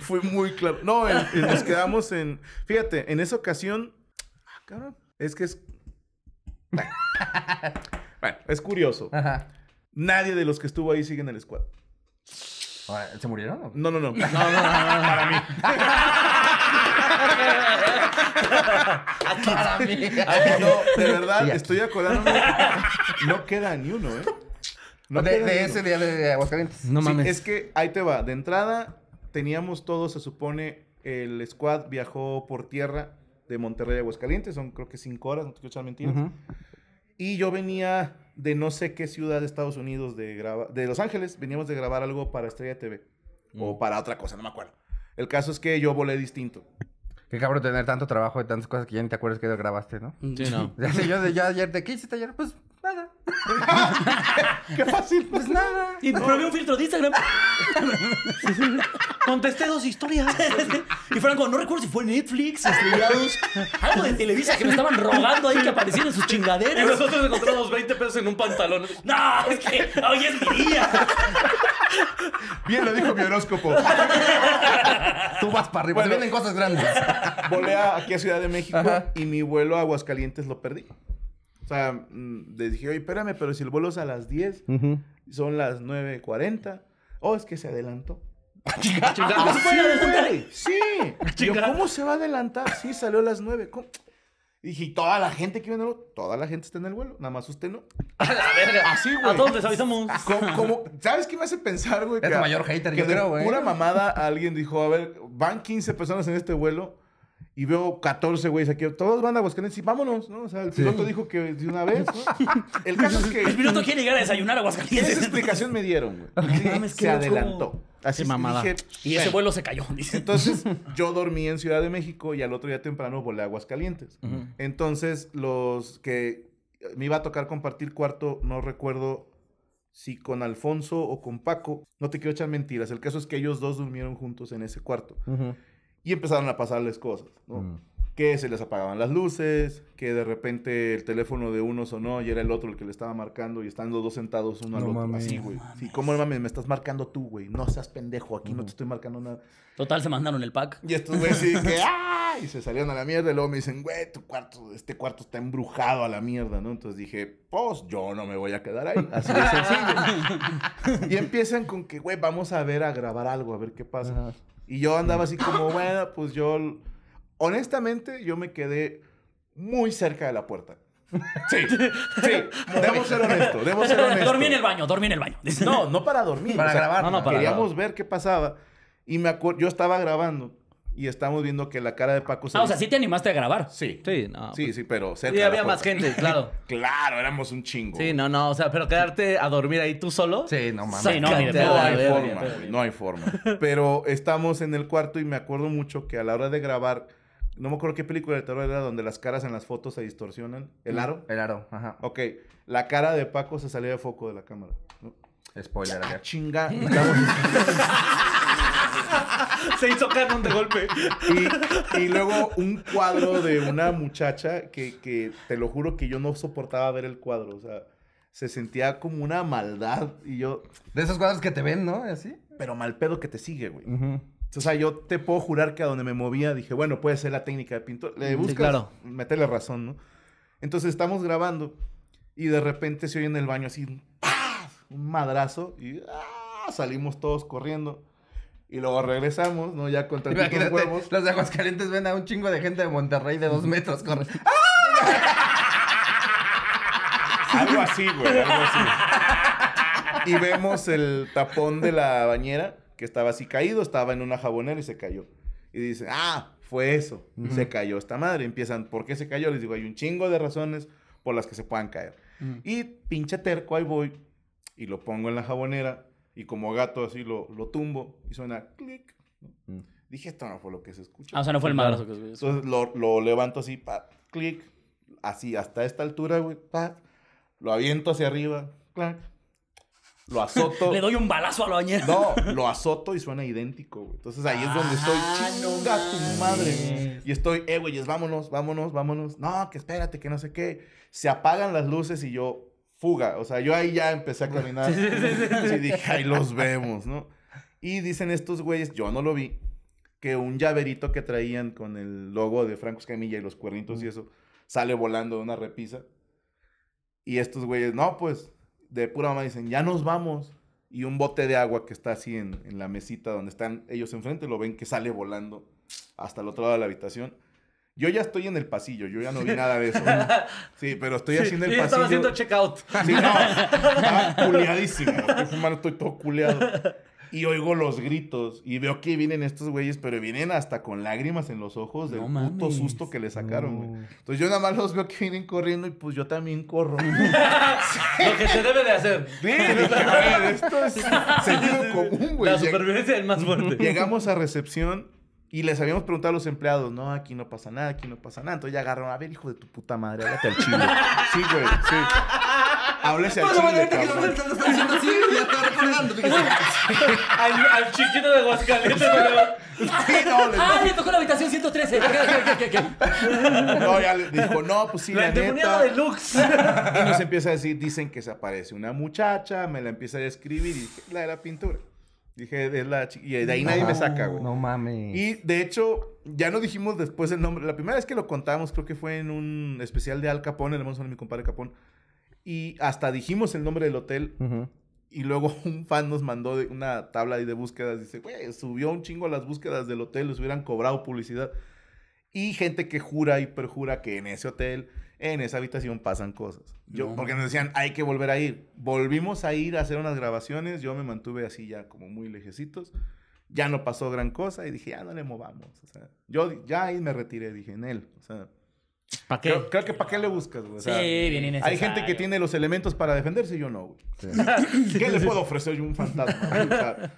Fue muy claro. No, en- en- nos quedamos en. Fíjate, en esa ocasión. Ah, cabrón. Es que es. Bueno, es curioso.
Ajá.
Nadie de los que estuvo ahí sigue en el squad.
¿Se murieron? o qué?
No, no, no.
Ah,
Para mí.
No, de verdad,
Y aquí.
estoy acordándome. No queda ni uno, ¿eh? No
de,
queda ni
de
uno.
ese día de Aguascalientes.
No
Sí,
mames.
es que ahí te va. De entrada, teníamos todo, se supone, el squad viajó por tierra de Monterrey a Aguascalientes. Son creo que cinco horas, no te quiero echar mentiras. Y yo venía de no sé qué ciudad de Estados Unidos, de, grava- de Los Ángeles. Veníamos de grabar algo para Estrella TV. O para otra cosa, no me acuerdo. El caso es que yo volé distinto.
Qué cabrón tener tanto trabajo y tantas cosas que ya ni te acuerdas que grabaste, ¿no?
Sí, no.
Ya sé, yo de ya ayer, ¿de qué hiciste ayer? Pues nada.
¡Qué fácil!
Pues nada.
Y probé un filtro de Instagram.
Contesté dos historias.
Y Franco, no recuerdo si fue Netflix, estrellados, algo de Televisa que me estaban rogando ahí que aparecieran sus
Y
chingaderas.
nosotros encontramos 20 pesos en un pantalón.
No, es que hoy es mi día.
Bien lo dijo mi horóscopo.
Tú vas para arriba.
Bueno.
Te vienen cosas grandes.
Volé a- aquí a Ciudad de México
Ajá.
y mi vuelo a Aguascalientes lo perdí. O sea, mm, les dije, oye, espérame, pero si el vuelo es a las 10, son las 9.40. Oh, es que se adelantó.
Ah,
Chingada.
Sí, güey, Sí. Yo, ¿cómo se va a adelantar? Sí, salió a las 9. ¿Cómo? Dije, "¿Y toda la gente que viene en el vuelo, toda la gente está en el vuelo, nada más usted no. Así, güey.
A
ah.
todos les avisamos.
¿Cómo- cómo- sabes qué me hace pensar, güey?
Es tu mayor hater,
que
yo
de
creo, güey.
Pura mamada, alguien dijo, a ver, van 15 personas en este vuelo y veo 14 güeyes aquí. Todos van a Aguascalientes y vámonos, ¿no? O sea, el piloto dijo que de una vez, ¿no? El caso es
El
que
piloto quiere llegar a desayunar a
esa
Aguascalientes.
explicación me dieron, güey.
No mames, qué
Se
loco.
adelantó. Así mamada.
Y ese vuelo se cayó, dice.
Entonces, yo dormí en Ciudad de México y al otro día temprano volé a Aguascalientes. Entonces, los que me iba a tocar compartir cuarto, no recuerdo si con Alfonso o con Paco, no te quiero echar mentiras. El caso es que ellos dos durmieron juntos en ese cuarto y empezaron a pasarles cosas, ¿no? Que se les apagaban las luces, que de repente el teléfono de uno sonó y era el otro el que le estaba marcando y están los dos sentados uno al otro. Así, güey. Sí, ¿cómo no mames? Me estás marcando tú, güey. No seas pendejo, aquí no te estoy marcando nada.
Total, se mandaron el pack.
Y estos güeyes sí que ¡ah! Y se salieron a la mierda. Y luego me dicen, güey, tu cuarto, este cuarto está embrujado a la mierda, ¿no? Entonces dije, pues yo no me voy a quedar ahí. Así de sencillo. y empiezan con que, güey, vamos a ver, a grabar algo, a ver qué pasa. Y yo andaba así como, bueno, pues yo. Honestamente, yo me quedé muy cerca de la puerta.
Sí, sí. Debo ser honesto, debo ser honesto.
Dormí en el baño, dormí en el baño.
No, no para dormir.
Para grabar.
No, no, para
Queríamos ver qué pasaba. Y me acuer- yo estaba grabando y estamos viendo que la cara de Paco se.
Ah, o sea, sí te animaste a grabar.
Sí.
Sí, no.
Sí, sí, pero cerca.
Y
de la
había más
puerta.
gente, claro.
Claro, éramos un chingo.
Sí, no, no, o sea, pero quedarte a dormir ahí tú solo.
Sí, no mames.
Sí, no, ni de
Sácate a
No
la
pedo.
hay
verga.
forma, güey, no hay forma.
Pero estamos en el cuarto y me acuerdo mucho que a la hora de grabar, no me acuerdo qué película de terror era donde las caras en las fotos se distorsionan. ¿El aro?
El aro, ajá.
Ok, la cara de Paco se salía de foco de la cámara. ¿no?
Spoiler
Ah,
alert.
chinga. Y estamos-
Se hizo canon de golpe.
Y, y luego un cuadro de una muchacha que, que te lo juro que yo no soportaba ver el cuadro. O sea, se sentía como una maldad. Y yo,
De esos cuadros que te ven, ¿no? Así.
pero mal pedo que te sigue, güey. O sea, yo te puedo jurar que a donde me movía dije, bueno, puede ser la técnica de pintor. Le
Sí,
buscas,
claro.
métele razón, ¿no? Entonces estamos grabando y de repente se oye en el baño así un ¡paf! un madrazo y ¡ah! salimos todos corriendo. Y luego regresamos, ¿no? Ya con tantitos
Imagínate,
huevos.
los de Aguascalientes ven a un chingo de gente de Monterrey de dos metros corre. Ah,
Algo así, güey, algo así.
y vemos el tapón de la bañera que estaba así caído, estaba en una jabonera y se cayó. Y dice, ah, fue eso, se cayó esta madre. Empiezan, ¿por qué se cayó? Les digo, hay un chingo de razones por las que se puedan caer. Y pinche terco, ahí voy y lo pongo en la jabonera y como gato así lo, lo tumbo y suena clic. Dije, esto no fue lo que se escucha.
Ah, o sea, no fue el madrazo que
Entonces lo, lo levanto así, pa, clic, así hasta esta altura, güey, pa, lo aviento hacia arriba, clac, lo azoto.
Le doy un balazo a la bañera.
No, lo azoto y suena idéntico, güey. Entonces ahí es donde estoy, chinga tu madre. Y estoy, eh, güeyes, vámonos, vámonos, vámonos. No, que espérate, que no sé qué. Se apagan las luces y yo, fuga. O sea, yo ahí ya empecé a caminar. Y dije, ahí los vemos, ¿no? Y dicen estos güeyes, yo no lo vi, que un llaverito que traían con el logo de Franco Escamilla y los cuernitos y eso, sale volando de una repisa. Y estos güeyes, no, pues, de pura mamá dicen, ya nos vamos. Y un bote de agua que está así en, en la mesita donde están ellos enfrente, lo ven que sale volando hasta el otro lado de la habitación. Yo ya estoy en el pasillo, yo ya no vi nada de eso. ¿no? Sí, pero estoy así en el
y
pasillo.
estaba haciendo checkout.
Sí, no, estaba culeadísimo. Estoy fumando, estoy todo culeado. Y oigo los gritos y veo que vienen estos güeyes, pero vienen hasta con lágrimas en los ojos del
No
puto
mames.
susto que le sacaron, güey. Entonces yo nada más los veo que vienen corriendo y pues yo también corro. Sí,
Lo que se debe de hacer.
dije, "A ver, esto es sentido común, güey.
La
Lleg-
supervivencia del más fuerte.
Llegamos a recepción y les habíamos preguntado a los empleados, no, aquí no pasa nada, aquí no pasa nada. Entonces ya agarraron, a ver, hijo de tu puta madre, háblate al chile. Sí, güey, sí. Háblese al
Bueno, bueno,
chile,
ahorita que lo
cabrón.
están lo están diciendo así, ya estoy recordando. fíjate.
Al, al chiquito de Aguascalientes. güey.
Sí, no, les-
Ah, le tocó la habitación 113.
No, ya le dijo, no, pues sí,
La
la,
endemoniada
neta.
de Lux.
Y nos empieza a decir, dicen que se aparece una muchacha, me la empieza a describir y dije, la de la pintura. Dije, es la chi-". Y de ahí nadie me saca, güey.
No mames.
Y de hecho, ya no dijimos después el nombre. La primera vez que lo contamos, creo que fue en un especial de Al Capone, le mandamos a mi compadre Capón. Y hasta dijimos el nombre del hotel.
Ujú.
Y luego un fan nos mandó de- una tabla ahí de búsquedas. Dice, güey, subió un chingo las búsquedas del hotel, les hubieran cobrado publicidad. Y gente que jura y perjura que en ese hotel, en esa habitación pasan cosas. Yo, Porque nos decían, hay que volver a ir. Volvimos a ir a hacer unas grabaciones. Yo me mantuve así ya como muy lejecitos. Ya no pasó gran cosa y dije, ya no le movamos. O sea, yo di- ya ahí me retiré, dije, en él. O sea,
¿Para qué?
creo, creo que ¿para qué le buscas? güey? O sea,
Sí, bien innecesario.
hay gente que tiene los elementos para defenderse y yo no, güey. ¿Qué le puedo ofrecer yo a un fantasma? güey? O sea,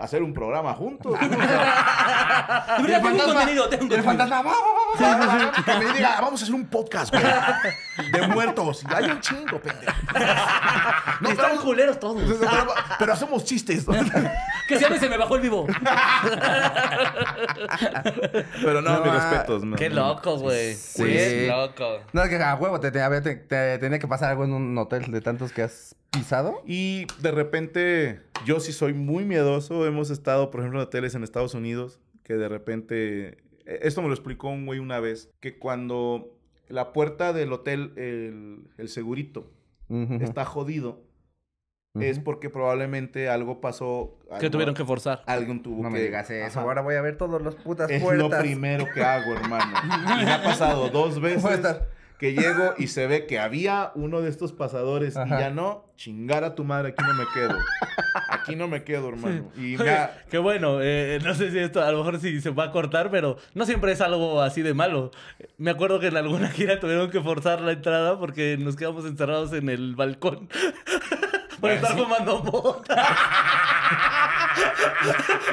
hacer un programa juntos. güey? O sea,
Y
Y el
verdad, tengo un
fantasma-
contenido, tengo un
y el
contenido.
fantasma, va, va, va, va, va, va, va.
que me diga, "Ah, vamos a hacer un podcast, güey. De muertos. Y hay un chingo, pendejo.
Y Están culeros todos.
Pero, pero hacemos chistes. ¿no?
Que se llame Se me bajó el vivo.
Pero no, mis respetos. no,
Qué
no.
loco, güey. Sí.
Qué
loco.
ah, No, es que a huevo, te, te- a ver, te- te tenía que pasar algo en un hotel de tantos que has pisado.
Y de repente, yo sí soy muy miedoso. Hemos estado, por ejemplo, en hoteles en Estados Unidos que de repente. eh, Esto me lo explicó un güey una vez. Que cuando la puerta del hotel, el, el segurito,
Ujú.
está jodido,
Ujú.
es porque probablemente algo pasó.
Que
algo-
tuvieron que forzar.
Alguien tuvo
No
que.
me digas eso.
Ajá.
Ahora voy a ver todos los putas
Es lo
puertas.
primero que hago, hermano. Y me ha pasado dos veces.
Puertas.
que llego y se ve que había uno de estos pasadores y ya no, chingar a tu madre, aquí no me quedo. Aquí no me quedo, hermano. Y me ha-
Qué bueno, eh, no sé si esto a lo mejor sí se va a cortar, pero no siempre es algo así de malo. Me acuerdo que en alguna gira tuvieron que forzar la entrada porque nos quedamos encerrados en el balcón
Ah,
por estar fumando mota.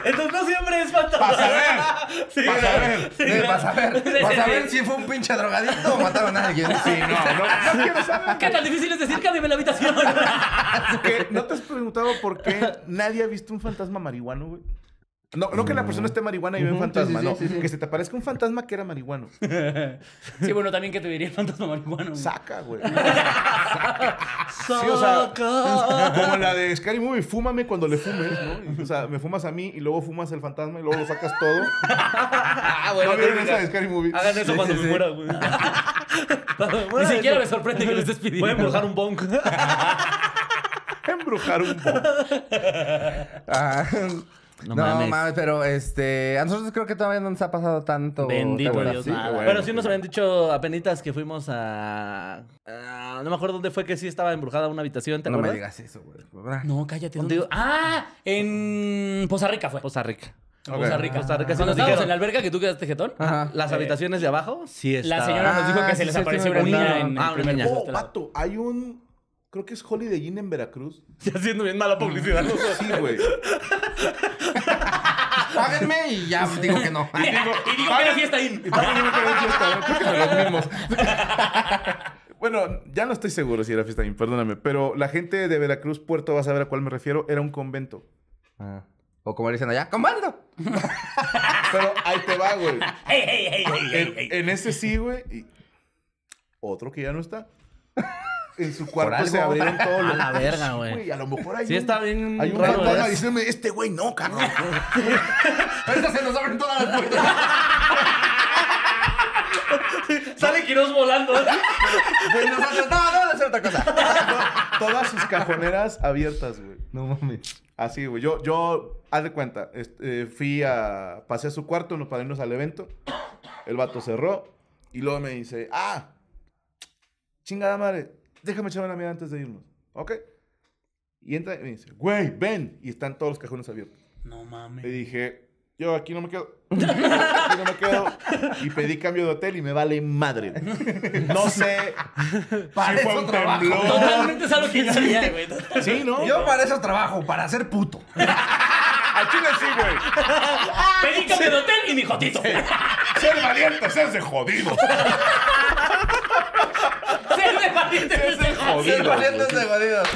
Entonces no siempre es fantasma.
Pa' saber,
Sí,
pa'
claro,
saber,
sí,
Eh,
claro.
Para saber, para saber si fue un pinche drogadicto o mataron a alguien.
Sí, no,
Ah,
no, no quiero saber.
¿Qué tan difícil es decir cámbiame la habitación?
¿Qué? ¿No te has preguntado por qué nadie ha visto un fantasma marihuano, güey? No, no que la persona esté marihuana y ve un fantasma,
sí,
¿no?
sí, sí, sí.
Que se te aparezca un fantasma que era marihuano.
Sí, bueno, también que te diría el fantasma marihuano. güey.
Saca, güey.
Sí,
o sea,
Saca.
Como la de Scary Movie, fúmame cuando le fumes, ¿no? Y, O sea, me fumas a mí y luego fumas el fantasma y luego lo sacas todo.
Ah,
¿No
bueno,
vieron
mira,
esa de Scary Movie?
Hagan eso cuando me muera, güey.
Ni siquiera me sorprende que lo estés pidiendo.
Voy a empujar un bonk.
Embrujar un poco.
Ah,
No
no,
mames.
mames. pero este. A nosotros creo que todavía no nos ha pasado tanto. ¿te
Bendito
acuerdas?
Dios.
Sí.
nada.
Pero Ah, sí nos habían dicho apenitas que fuimos a, a- No me acuerdo dónde fue que sí estaba embrujada una habitación, ¿te
No me
acuerdas?
digas eso, güey. ¿verdad?
No, cállate. ¿dónde?
Contigo-
Ah, en Poza Rica fue.
Costa Rica.
En Poza Rica.
Costa Rica sí
Cuando
nos
estábamos
dijeron.
en la alberca que tú quedaste jetón.
Ah, Ajá.
Las
Eh,
habitaciones de abajo sí estaba.
La señora nos dijo
Ah,
que se
sí,
les
sí,
apareció
sí,
una
me
niña
acuerdo.
en
Ah,
el
una
primer
niña.
piso de
Oh,
este lado.
pato, hay un... Creo que es Holiday Inn en Veracruz.
Ya haciendo bien mala publicidad.
Sí, güey.
Páguenme y ya digo que no.
Y digo que era fiesta ahí.
También una gran fiesta, ¿no? Creo que eran los mismos. Bueno, ya no estoy seguro si era fiesta, perdóname, pero la gente de Veracruz, Puerto, vas a ver a cuál me refiero, era un convento.
Ah. O como dicen allá, comando.
Pero ahí te va, güey.
Ey, ey, ey, ey, ey, ey.
En, en ese sí, güey. y Otro que ya no está. En su cuarto
algo.
se abrieron todos los.
A la verga,
Sí,
güey.
A lo mejor hay
Sí,
un,
está bien
hay un
raro, ¿eh?
fantasma
¿verdad?
diciéndome, este güey no, cabrón.
Ahorita se nos abren todas las puertas.
Sale Quiroz volando.
¿eh?
Y nosotros, no, no, no es cierto.
Todas sus cajoneras abiertas, güey.
No mames.
Así, güey. Yo, yo, haz de cuenta, este, eh, fui a, pasé a su cuarto no, para irnos al evento. El vato cerró y luego me dice, ah, chingada madre, déjame echar una mirada antes de irnos, ¿ok? Y entra y me dice, güey, ven. Y están todos los cajones abiertos.
No
Le
mames.
dije, yo aquí no me quedo. Aquí no me quedo. Y pedí cambio de hotel y me vale madre. güey. No sé.
Para
fue
eso
un
trabajo.
temblor.
Totalmente es algo que enseña, güey.
Sí, ¿no?
Yo para eso trabajo, para ser puto.
a Chile sí, güey.
Pedí de hotel y mi jotito.
Ser valiente, ser de jodido.
Ser de valiente es de
Ser
jodido.
valientes de jodidos.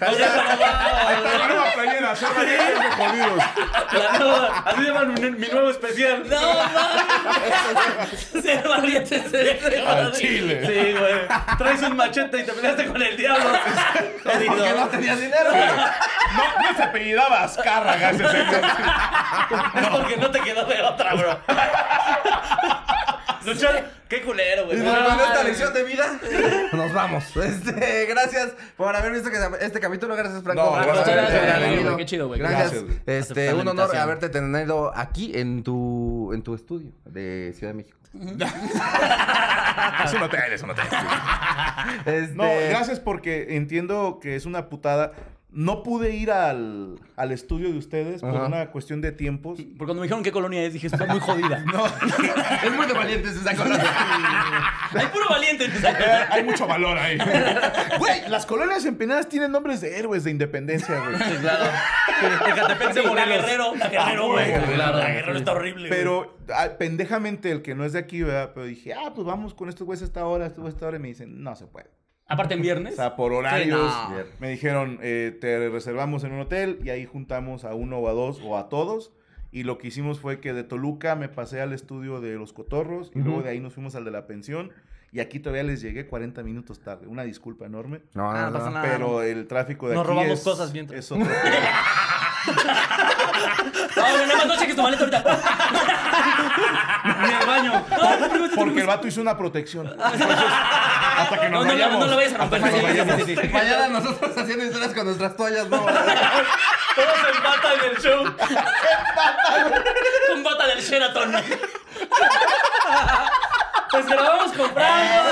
Hasta la nueva playera, ser valiente, ser de jodidos.
La nueva- Así llaman mi, mi nuevo especial.
No mames. Ser valiente es de jodido.
Al chile.
Sí, güey. Traes un machete y te peleaste con el diablo. Jodido.
Porque no tenía dinero.
No, no se apellidaba Azcárraga ese señor.
Es porque no te quedó de otra, bro. Luchar, qué culero, güey.
Y
No,
bueno, con esta
madre.
lección de vida, nos vamos. Este, gracias por haber visto que- este capítulo. Gracias, Franco.
No,
por
gracias,
haber
gracias,
venido.
gracias, güey, qué chido, güey.
Gracias.
Gracias,
Este,
Aceptar
un
la
honor
invitación.
haberte tenido aquí en tu, en tu estudio de Ciudad de México.
Es un hotel, es un hotel.
Este,
No, gracias porque entiendo que es una putada. No pude ir al, al estudio de ustedes por
Ajá.
una cuestión de tiempos.
Porque cuando me dijeron qué colonia es, dije, está muy jodida.
Es muy de valientes esa cosa.
Hay puro valiente.
Eh, Hay mucho valor ahí.
Güey, las colonias empinadas tienen nombres de héroes de independencia, güey.
Claro. Ecatepec de
la
Morelos.
Guerrero, la
Ah,
Guerrero, güey. La Guerrero está horrible. güey.
Pero ah, pendejamente el que no es de aquí, ¿verdad? Pero dije, ah, pues vamos con estos güeyes a esta hora, estos güeyes a esta hora. Y me dicen, no se puede.
Aparte en
O
viernes.
sea, por horarios.
Sí, no.
Me dijeron, eh, te reservamos en un hotel y ahí juntamos a uno o a dos o a todos. Y lo que hicimos fue que de Toluca me pasé al estudio de Los Cotorros y luego de ahí nos fuimos al de la pensión. Y aquí todavía les llegué 40 minutos tarde. Una disculpa enorme.
No,
Ah,
no,
no
no.
pasa nada.
Pero el tráfico de
Nos
aquí
robamos
es-
cosas mientras.
es otro pedo.
No, no, Ah, nada más no cheques tu maleta ahorita.
Ni al baño. este
Porque el vato hizo una protección.
Hasta que
No,
nos
no, no,
vayamos.
no lo vayas a romper. Sí, sí, sí, sí.
Mañana nosotros haciendo historias con nuestras toallas, no.
Todos se empatan en el show.
Con bota del Sheraton. Pues grabamos comprando.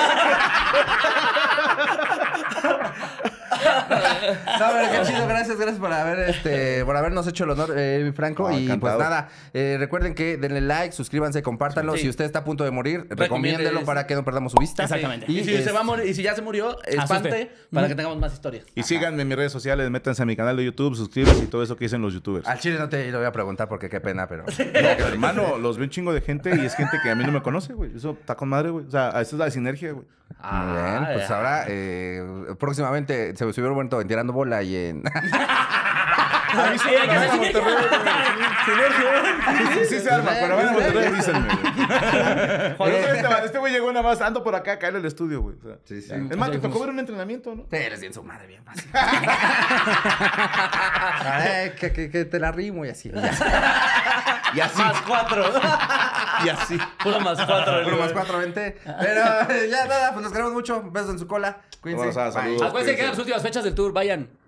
No, pero qué chido, gracias, gracias por haber este, por habernos hecho el honor, eh, mi Franco.
No,
y
encantado.
pues nada, eh, recuerden que denle like, suscríbanse, compártanlo.
Sí.
Si usted está a punto de morir,
Recomiéndelo.
recomiéndelo para que no perdamos su vista.
Exactamente.
Y, si
es-
se va a morir- y si ya se murió, espante
Asuste.
para que tengamos más historias.
Y síganme en mis redes sociales, métanse a mi canal de YouTube, suscríbanse y todo eso que dicen los youtubers.
Al chile no te lo voy a preguntar porque qué pena, pero.
Hermano, los ve un chingo de gente y es gente que a mí no me conoce, güey. Eso está con madre, güey. O sea, esa es la sinergia, güey.
Muy bien, pues
Ah,
ahora eh, próximamente se me subió el momento en Tirando Bola y en...
A mí Ah, sí me conoce Monterrey, güey. Sí, sí, sí se arma, pero van a Monterrey, dísenme, güey. Este güey- Este güey llegó nada más, ando por acá, cae al estudio, güey. O sea,
Sí, sí.
Es más, te tocó ver un entrenamiento, ¿no?
Te eres bien su madre, bien fácil. Ay, que, que- que te la rimo y así. y así.
Y así,
Más cuatro.
y así.
Puro más cuatro.
Uno más cuatro, veinte. Pero eh, ya nada, pues nos queremos mucho. Besos en su cola. Cuídense.
Vamos a-
Bye.
saludos.
Acuérdense que quedan las últimas fechas del tour. Vayan.